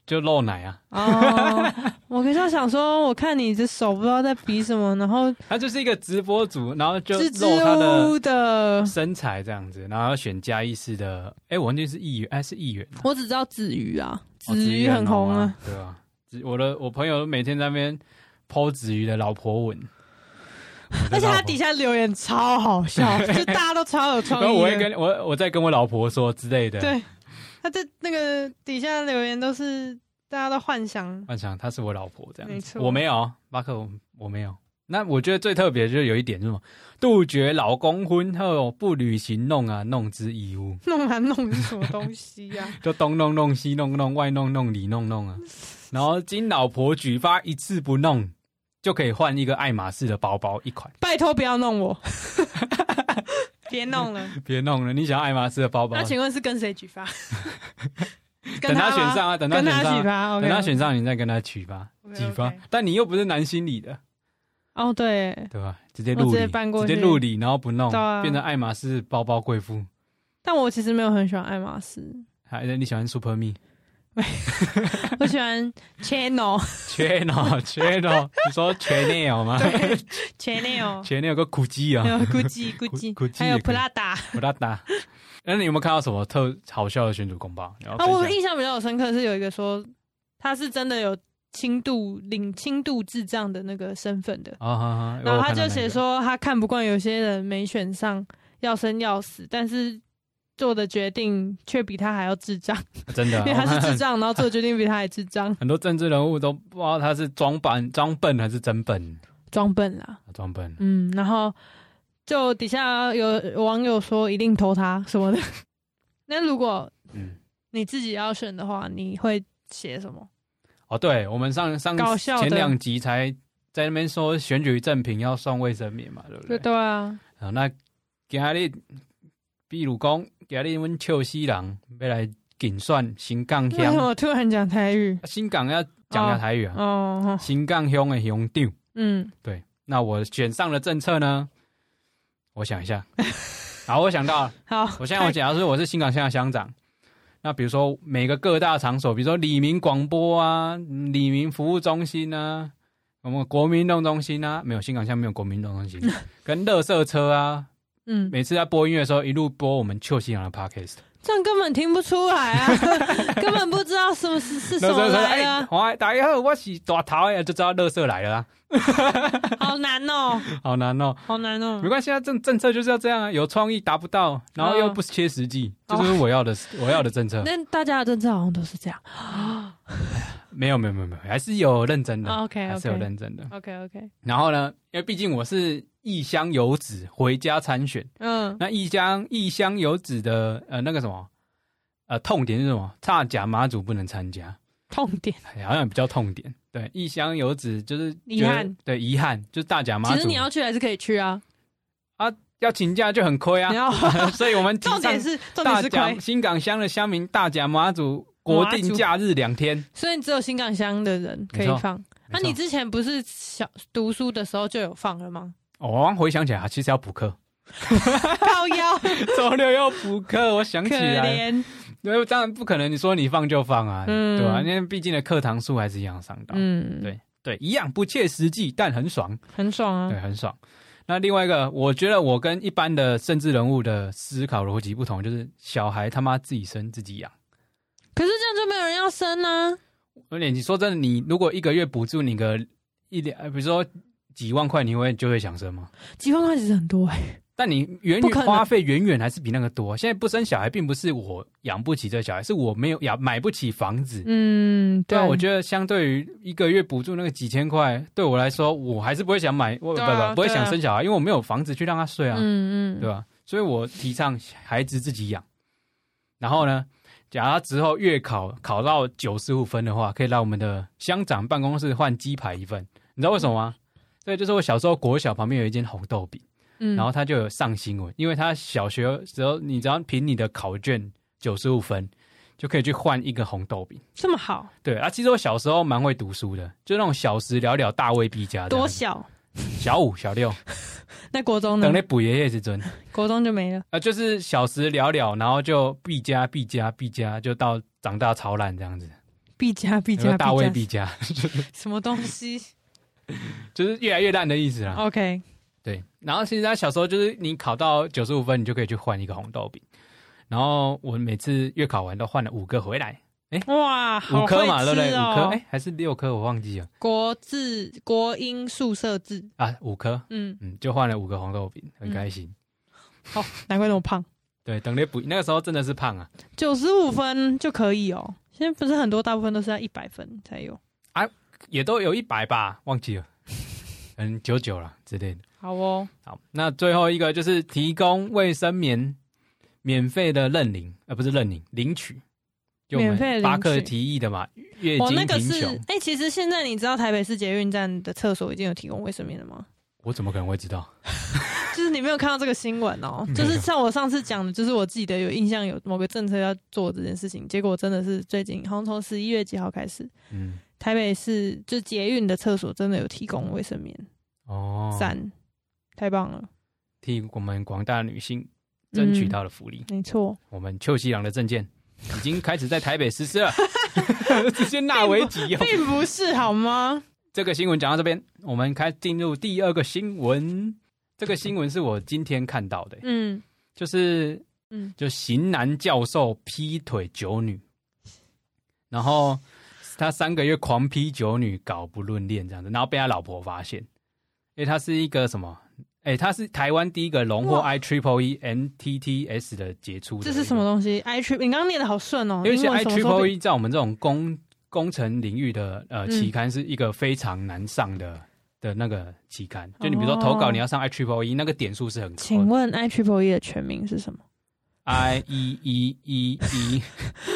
S1: 就露奶啊，
S2: 哦，我跟他想说，我看你的手不知道在比什么，然后
S1: 她就是一个直播主，然后就
S2: 支支
S1: 露她的
S2: 吾吾的，
S1: 身材这样子，然后要选嘉义市的，哎、我忘记是议员，哎、是议员，
S2: 我只知道子瑜啊，
S1: 哦
S2: 子瑜很红啊，，
S1: 子瑜对吧、子我的我朋友每天在那边剖子瑜的老婆吻，
S2: 而且他底
S1: 下，
S2: 下留言超好 笑，就大家都超有创
S1: 然后
S2: 意的。
S1: 我会跟我我在跟我老婆说之类的，，
S2: 对，他在那个底下留言都是大家都幻想，
S1: 幻想她是我老婆这样
S2: 没
S1: 子，
S2: 错
S1: 我没有，巴克我我没有。那我觉得最特别就是有一点是什么，杜绝老公婚后不履行弄啊弄之义务，
S2: 弄来弄是什么东西呀、
S1: 就东弄弄 西弄弄外弄弄里弄弄啊，然后经老婆举发一次不弄，就可以换一个爱马仕的包包一款。
S2: 拜托不要弄我， 别弄了。
S1: 别弄了，你想要爱马仕的包包啊
S2: 那，请问是跟谁举发？
S1: 等
S2: 跟
S1: 他
S2: 吗
S1: 选上啊，等他
S2: 跟
S1: 选
S2: 他
S1: 上
S2: 举
S1: 啊，
S2: 发，OK，
S1: 等他选上，你再跟他举吧，
S2: OK，OK
S1: 举发。但你又不是男心理的，
S2: 哦，对，
S1: 对吧？直接
S2: 我
S1: 入
S2: 直
S1: 理
S2: 接，搬过
S1: 直接
S2: 去
S1: 入理，然后不弄
S2: 对，啊
S1: 变成爱马仕包包贵妇。
S2: 但我其实没有很喜欢爱马仕，
S1: 还是你喜欢 Super Me？
S2: 我喜欢 Chanel
S1: 缺脑，缺脑，哦你说缺 a n 吗？
S2: 对 Chanel，
S1: 缺 a 有个 GUCCI
S2: 还有
S1: 啊，
S2: Gucci Gucci，
S1: Gucci
S2: 还有
S1: 也可以
S2: Prada
S1: 我打打。那你有没有看到什么特好笑的选主公报？然
S2: 啊，
S1: 后
S2: 我印象比较有深刻的是有一个说他是真的有轻度领轻度智障的那个身份的，
S1: 啊啊啊！
S2: 然后
S1: 我
S2: 他
S1: 有看到
S2: 就
S1: 那
S2: 写
S1: 个，
S2: 说他看不惯有些人没选上要生要死，但是做的决定却比他还要智障，
S1: 真的啊，
S2: 因为他
S1: 我
S2: 是
S1: 看
S2: 智障，然后做的决定比他还智障，
S1: 很多政治人物都不知道他是装扮装笨还是真笨，
S2: 装笨啦。
S1: 啊装笨。
S2: 嗯，然后就底下有网友说一定投他什么的。 那如果
S1: 嗯，
S2: 你自己要选的话，你会写什么？
S1: 哦，对，我们上上
S2: 搞笑的
S1: 前两集才在那边说选举正品要送卫生棉嘛，对不对？
S2: 对啊，
S1: 好，那今日，比如讲，今日阮笑死人要来竞选新港
S2: 为什
S1: 乡，啊
S2: 么突然讲台语？
S1: 新港要讲下台语啊，
S2: 哦，
S1: 新港乡的乡长。
S2: 嗯，
S1: 对，那我选上的政策呢？我想一下，好，我想到了，
S2: 好，
S1: 我现在我
S2: 太
S1: 假如说我是新港乡的乡长，那比如说每个各大场所，比如说李明广播啊、嗯李明服务中心啊、我们国民运动中心啊，没有新港乡没有国民运动中心，跟乐色车啊，
S2: 嗯，
S1: 每次在播音乐的时候，一路播我们邱信阳的 podcast，
S2: 这样根本听不出来啊， 根本不知道什么是是什
S1: 乐
S2: 么
S1: 色车，
S2: 来
S1: 哎，
S2: 的，
S1: 好，大家好，我是大头呀，就知道乐色来了啊，
S2: 好难哦，
S1: 好难哦，
S2: 好难哦
S1: 没。关系啊，政政策就是要这样啊，有创意达不到，然后又
S2: 哦
S1: 不切实际，这
S2: 哦
S1: 就是我要的，我要的政策。
S2: 那大家的政治好像都是这样。
S1: 没有没有没有没有，还是有认真的，
S2: OK
S1: 嗯还是有
S2: OK
S1: 认真的。
S2: OK OK，
S1: 然后呢，因为毕竟我是异乡游子，回家参选，
S2: 嗯，
S1: 那异乡异乡游子的呃那个什么呃痛点是什么？差甲马祖不能参加。
S2: 痛点。
S1: 哎好像比较痛点。对，异乡游子就是
S2: 遗
S1: 觉得
S2: 憾，
S1: 对遗憾就是大甲妈
S2: 其
S1: 祖
S2: 实你要去还是可以去啊，
S1: 要请假就很亏
S2: 你
S1: 啊，
S2: 要
S1: 所以我们提
S2: 重点
S1: 倡
S2: 是重点
S1: 大
S2: 是
S1: 甲
S2: 亏，
S1: 新港乡的乡民大甲妈祖国定假日两天。
S2: 所以只有新港乡的人可
S1: 没
S2: 以
S1: 错
S2: 放。那、
S1: 没错
S2: 你之前不是小读书的时候就有放 了吗？
S1: 哦我刚回想起来，其实要补 课，
S2: 高腰，可
S1: 周六要补课，我想起来，哦
S2: 怜，
S1: 因为当然不可能，你说你放就放啊，
S2: 嗯
S1: 对吧、因为毕竟的课堂数还是一样上到，
S2: 嗯，
S1: 对对，一样不切实际，但很爽。
S2: 很爽啊
S1: 对，。很爽。那另外一个，我觉得我跟一般的政治人物的思考逻辑不同，就是小孩他妈自己生自己养。
S2: 可是这样就没有人要生啊。
S1: 而且你说真的，你如果一个月补助你个一两，呃比如说几万块，你会就会想生吗？
S2: 几万块其实很多哎、
S1: 但你远
S2: 不可能
S1: 远花费远远还是比那个多。啊现在不生小孩，并不是我养不起这小孩，是我没有养买不起房子。
S2: 嗯，
S1: 对啊，我
S2: 得
S1: 觉得相对于一个月补助那个几千块，对我来说，我还是不会想买，我不
S2: 对啊
S1: 不不会
S2: 对啊
S1: 想生小孩，因为我没有房子去让他睡啊。
S2: 嗯
S1: 对吧、所以我提倡孩子自己养。然后呢，假如他之后月考考到九十五分的话，可以来我们的乡长办公室换鸡排一份。你知道为什么吗？对，就是我小时候国小旁边有一间红豆饼，
S2: 嗯
S1: 然后他就有上新闻，因为他小学时候，你只要凭你的考卷九十五分，就可以去换一个红豆饼。
S2: 这么好，
S1: 对啊，其实我小时候蛮会读书的，就那种小时了了，大未必佳的。
S2: 多小？嗯
S1: 小五、小六，
S2: 那国中呢
S1: 等？你补爷爷之尊。
S2: 国中就没了。
S1: 啊，就是小时了了，然后就必加必加必加，就到长大超烂这样子，
S2: 必加必
S1: 有没
S2: 加
S1: 有大卫
S2: 必
S1: 必加，
S2: 加什么东西
S1: 就是越来越烂的意思啦。
S2: ？OK，
S1: 对，然后其实他小时候就是你考到九十五分，你就可以去换一个红豆饼。然后我每次月考完都换了五个回来，
S2: 哇，好
S1: 五颗嘛，
S2: 会
S1: 对不对？
S2: 吃
S1: 五
S2: 哦
S1: 颗，哎，还是六颗，我忘记了
S2: 国字国音宿舍字，
S1: 啊，五颗，
S2: 嗯，
S1: 嗯，就换了五个红豆饼，很开心。
S2: 好，难怪那么胖。
S1: 对，等你补，那个时候真的是胖啊，
S2: 九十五分就可以哦。现在不是很多，大部分都是要一百分才有。
S1: 也都有一百吧，忘记了， 嗯，九九了之类的。
S2: 好哦，
S1: 好，那最后一个就是提供卫生棉免费的认领，呃，不是认领，领取。就我们
S2: 免费领
S1: 巴克
S2: 取
S1: 提议的嘛，月
S2: 哦，
S1: 经
S2: 那个
S1: 贫
S2: 是
S1: 穷，
S2: 哎、其实现在你知道台北市捷运站的厕所已经有提供卫生棉了吗？
S1: 我怎么可能会知道？
S2: 就是你没有看到这个新闻哦，
S1: 嗯
S2: 就是像我上次讲的，就是我记得有印象有某个政策要做这件事情，结果真的是最近好像从十一月几号开始，
S1: 嗯，
S2: 台北市就捷运的厕所真的有提供卫生棉，
S1: 哦，
S2: 赞、太棒了，
S1: 替我们广大女性争取
S2: 嗯
S1: 到了福利。
S2: 没 错，
S1: 我们邱西郎的证件已经开始在台北实施 了，直接纳为己用。
S2: 并不是好吗？
S1: 这个新闻讲到这边，我们开进入第二个新闻。这个新闻是我今天看到的，
S2: 嗯
S1: 就是
S2: 嗯，
S1: 就型男教授劈腿九女，然后他三个月狂劈九女，搞不论恋这样子，然后被他老婆发现，因为他是一个什么？哎，他是台湾第一个荣获
S2: 哇
S1: I Triple E NTTS 的杰出的一
S2: 这
S1: 个，
S2: 是什么东西？I trip，你刚刚念的好顺哦，
S1: 因为
S2: 英
S1: 其实
S2: 文
S1: I
S2: 什么时候
S1: Triple
S2: 比
S1: E 在我们这种工工程领域的呃
S2: 嗯
S1: 期刊是一个非常难上的的那个期刊，就你比如说
S2: 哦
S1: 投稿你要上 I Triple E，那个点数是很高
S2: 请
S1: 的。
S2: 问 I triple E 的全名是什么？
S1: I E E E E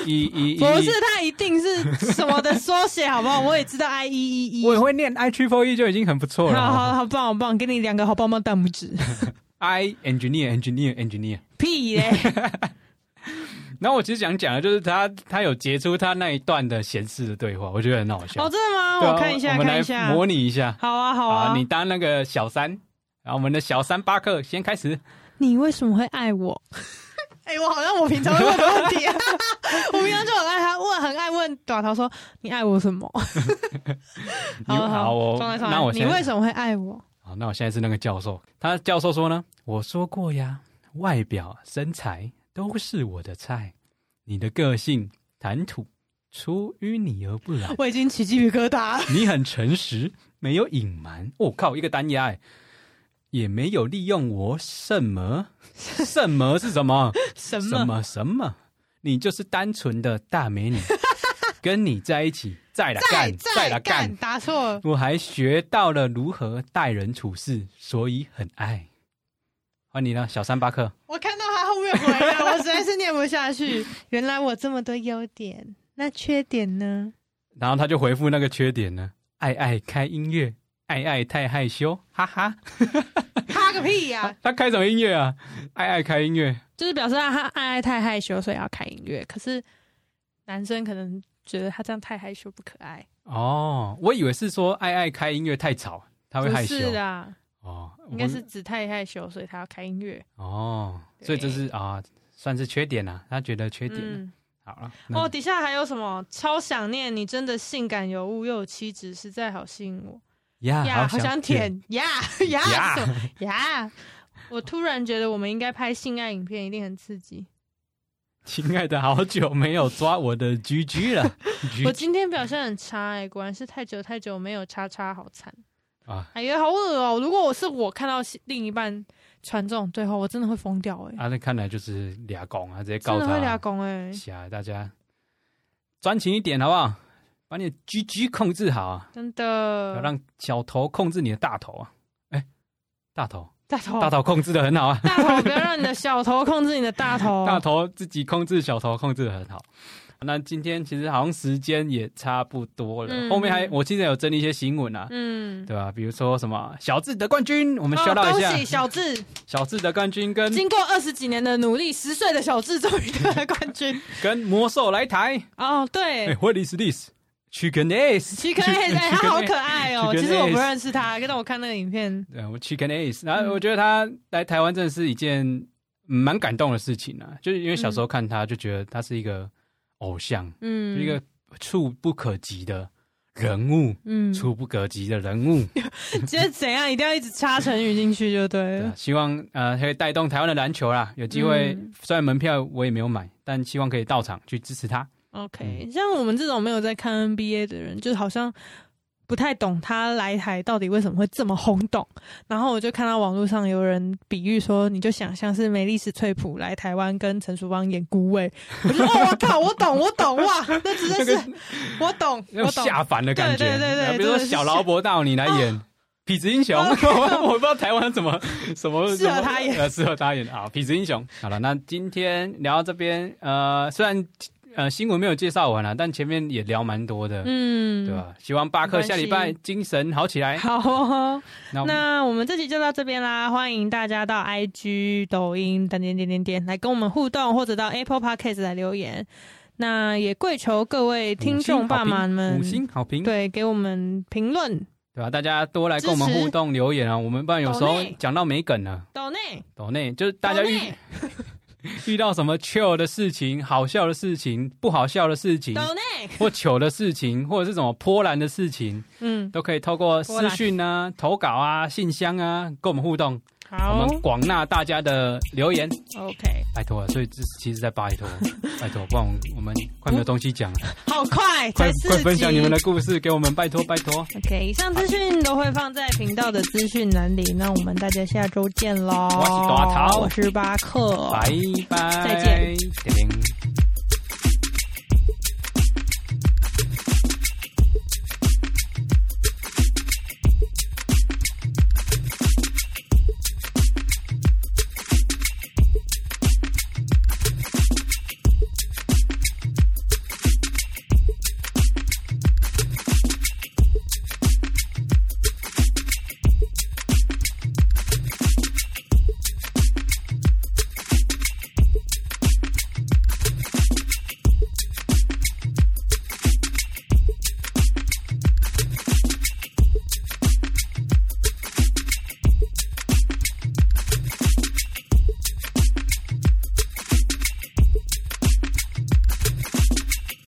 S1: E E，
S2: 不是，它一定是什么的缩写，好不好？我也知道 I E E E。
S1: 我也会念 I Triple E 就已经很不错了。
S2: 好好好棒好棒，给你两个好棒棒大拇指。
S1: I engineer engineer engineer。
S2: 屁嘞！
S1: 然后我其实想讲的就是他他有截出他那一段的闲事的对话，我觉得很好笑
S2: 哦，。真的吗？
S1: 对啊
S2: 我看一下，
S1: 我们
S2: 看
S1: 来
S2: 一下。
S1: 模拟一下。
S2: 好啊，好
S1: 啊
S2: 啊。
S1: 你当那个小三，然后我们的小三巴克先开始。
S2: 你为什么会爱我？ 哎、我好像我平常会问的问题、啊， 我平常就很爱他问，很爱问短头说你爱我什么？
S1: 你
S2: 好
S1: 好哦，
S2: 重来重
S1: 那我
S2: 来。
S1: 现
S2: 你
S1: 在
S2: 为什么会爱我？
S1: 好，那我现在是那个教授，他教授说呢，我说过呀，外表、身材都是我的菜，你的个性、谈吐出淤泥而不染，
S2: 我已经起鸡皮疙瘩了。
S1: 你很诚实，没有隐瞒。我、靠，一个单压、欸，也没有利用我什么什么是什么
S2: 什么？
S1: 什么什么，你就是单纯的大美 女，跟你在一起，再来
S2: 再
S1: 干，再来干
S2: 干？。答错了。
S1: 我还学到了如何待人处事，所以很爱。换你了，小三巴克。
S2: 我看到他后面回 了，我实在是念不下去。原来我这么多优点，那缺点呢？
S1: 然后他就回复那个缺点呢，爱爱开音乐，爱爱太害羞，哈哈。
S2: 哈个屁呀、
S1: 他开什么音乐啊？爱爱开音乐，
S2: 就是表示他爱爱太害羞，所以要开音乐。可是男生可能觉得他这样太害羞不可爱，
S1: 哦，我以为是说爱爱开音乐太吵，他会
S2: 不
S1: 害羞。
S2: 是啦，
S1: 哦，
S2: 应该是指太害羞，所以他要开音乐。
S1: 我哦，所以这是啊、算是缺点啊，他觉得缺点。
S2: 嗯，
S1: 好了，那
S2: 哦，底下还有什么？超想念你，真的性感尤物，又有气质，实在好吸引我
S1: 呀，
S2: 呀！好
S1: 啊好
S2: 想舔呀呀
S1: 呀
S2: 什么呀！我突然觉得我们应该拍性爱影片，一定很刺激。
S1: 亲爱的，好久没有抓我的居居了， 居
S2: 我今天表现很差哎、果然是太久太久没有叉叉，好惨。
S1: 啊
S2: 哎呀，好恶哦、如果我是我看到另一半传这种对话，我真的会疯掉哎、
S1: 啊，那看来就是俩拱啊，直接
S2: 真
S1: 告
S2: 的会俩
S1: 他，
S2: 拱哎。
S1: 吓大家，专情一点好不好？把你的 GG 控制好啊，
S2: 真
S1: 不要
S2: 的。
S1: 让小头控制你的大头啊！哎、大头，
S2: 大头，
S1: 大头控制的很好啊，
S2: 大头，不要让你的小头控制你的大头。
S1: 大头自己控制小头控制的很好。那今天其实好像时间也差不多了，
S2: 嗯
S1: 后面还我记得有整理一些新闻啊，
S2: 嗯，
S1: 对吧、比如说什么小智得冠军，我
S2: 我
S1: 们笑到一下，
S2: 恭喜 小智，
S1: 小智得冠军跟
S2: 经过二十几年的努力，十岁的小智终于得了冠军。
S1: 跟魔兽来台。
S2: 哦，对
S1: 哎、w h a t is this? Chicken eggs.
S2: 奇可爱，哎，他好可爱哦、
S1: Chicken
S2: 其实我
S1: Ace
S2: 不认识他，但我看那个影片，
S1: 对，呃我 Chicken Ace，然后
S2: 嗯
S1: 我觉得他来台湾真的是一件嗯蛮感动的事情啊，就是因为小时候看他就觉得他是一个偶像，
S2: 嗯，
S1: 就一个触不可及的人物，
S2: 嗯，
S1: 触不可及的人 物。
S2: 觉得怎样，一定要一直插成语进去就对
S1: 对啊
S2: 了。
S1: 希望呃可以带动台湾的篮球啦，有机会、
S2: 嗯
S1: 虽然门票我也没有买，但希望可以到场去支持他。
S2: OK，像我们这种没有在看 NBA 的人，就好像不太懂他来台到底为什么会这么轰动。然后我就看到网络上有人比喻说，你就想象是梅丽史翠普来台湾跟陈淑芳演孤味，我就说哦，我靠，我懂，我懂哇，那真的是我懂，
S1: 那
S2: 我
S1: 种
S2: 懂。
S1: 下凡的感觉，啊
S2: 对对对对
S1: 比如
S2: 真
S1: 说
S2: 的是啊
S1: 小劳勃道尼来演痞子英 雄，我我不知道台湾怎么什么
S2: 适合他演
S1: 什么呃适合他演啊，痞子英雄。好了，那今天聊到这边，呃，虽然呃新闻没有介绍完啊，但前面也聊蛮多的，
S2: 嗯，
S1: 对？吧？希望巴克下礼
S2: 没
S1: 拜
S2: 关
S1: 精神好起来。
S2: 好哦，
S1: 那我们
S2: 那我们这集就到这边啦，欢迎大家到 IG、抖音等点点点点来跟我们互动，或者到 Apple Podcast 来留言。那也跪求各位听众爸妈们
S1: 五，星好评，
S2: 对，给我们评论、
S1: 对吧？大家多来跟我们
S2: 支持
S1: 互动留言啊，我们不然有时
S2: 抖
S1: 候
S2: 内
S1: 讲到没梗了，
S2: 抖内，
S1: 抖内就是大家
S2: 抖
S1: 遇
S2: 内
S1: 遇到什么 chill 的事情、好笑的事情、不好笑的事情，
S2: 抖内，
S1: 或糗的事情，或者是什么波澜的事情，
S2: 嗯，
S1: 都可以透过私讯 啊、投稿啊、信箱啊跟我们互动，我
S2: 好
S1: 们广纳大家的留言，
S2: ，OK，
S1: 拜托了。所以这其实在拜 托，拜托，不然我们我们快没有东西讲了，
S2: 好快，
S1: 快
S2: 才四
S1: 快分享
S2: 集
S1: 你们的故事给我们，拜托拜托，
S2: OK，以上资讯都会放在频道的资讯栏里。那我们大家下周见喽！
S1: 我是大头
S2: 我是巴克，
S1: 拜拜，
S2: 再见
S1: 叮叮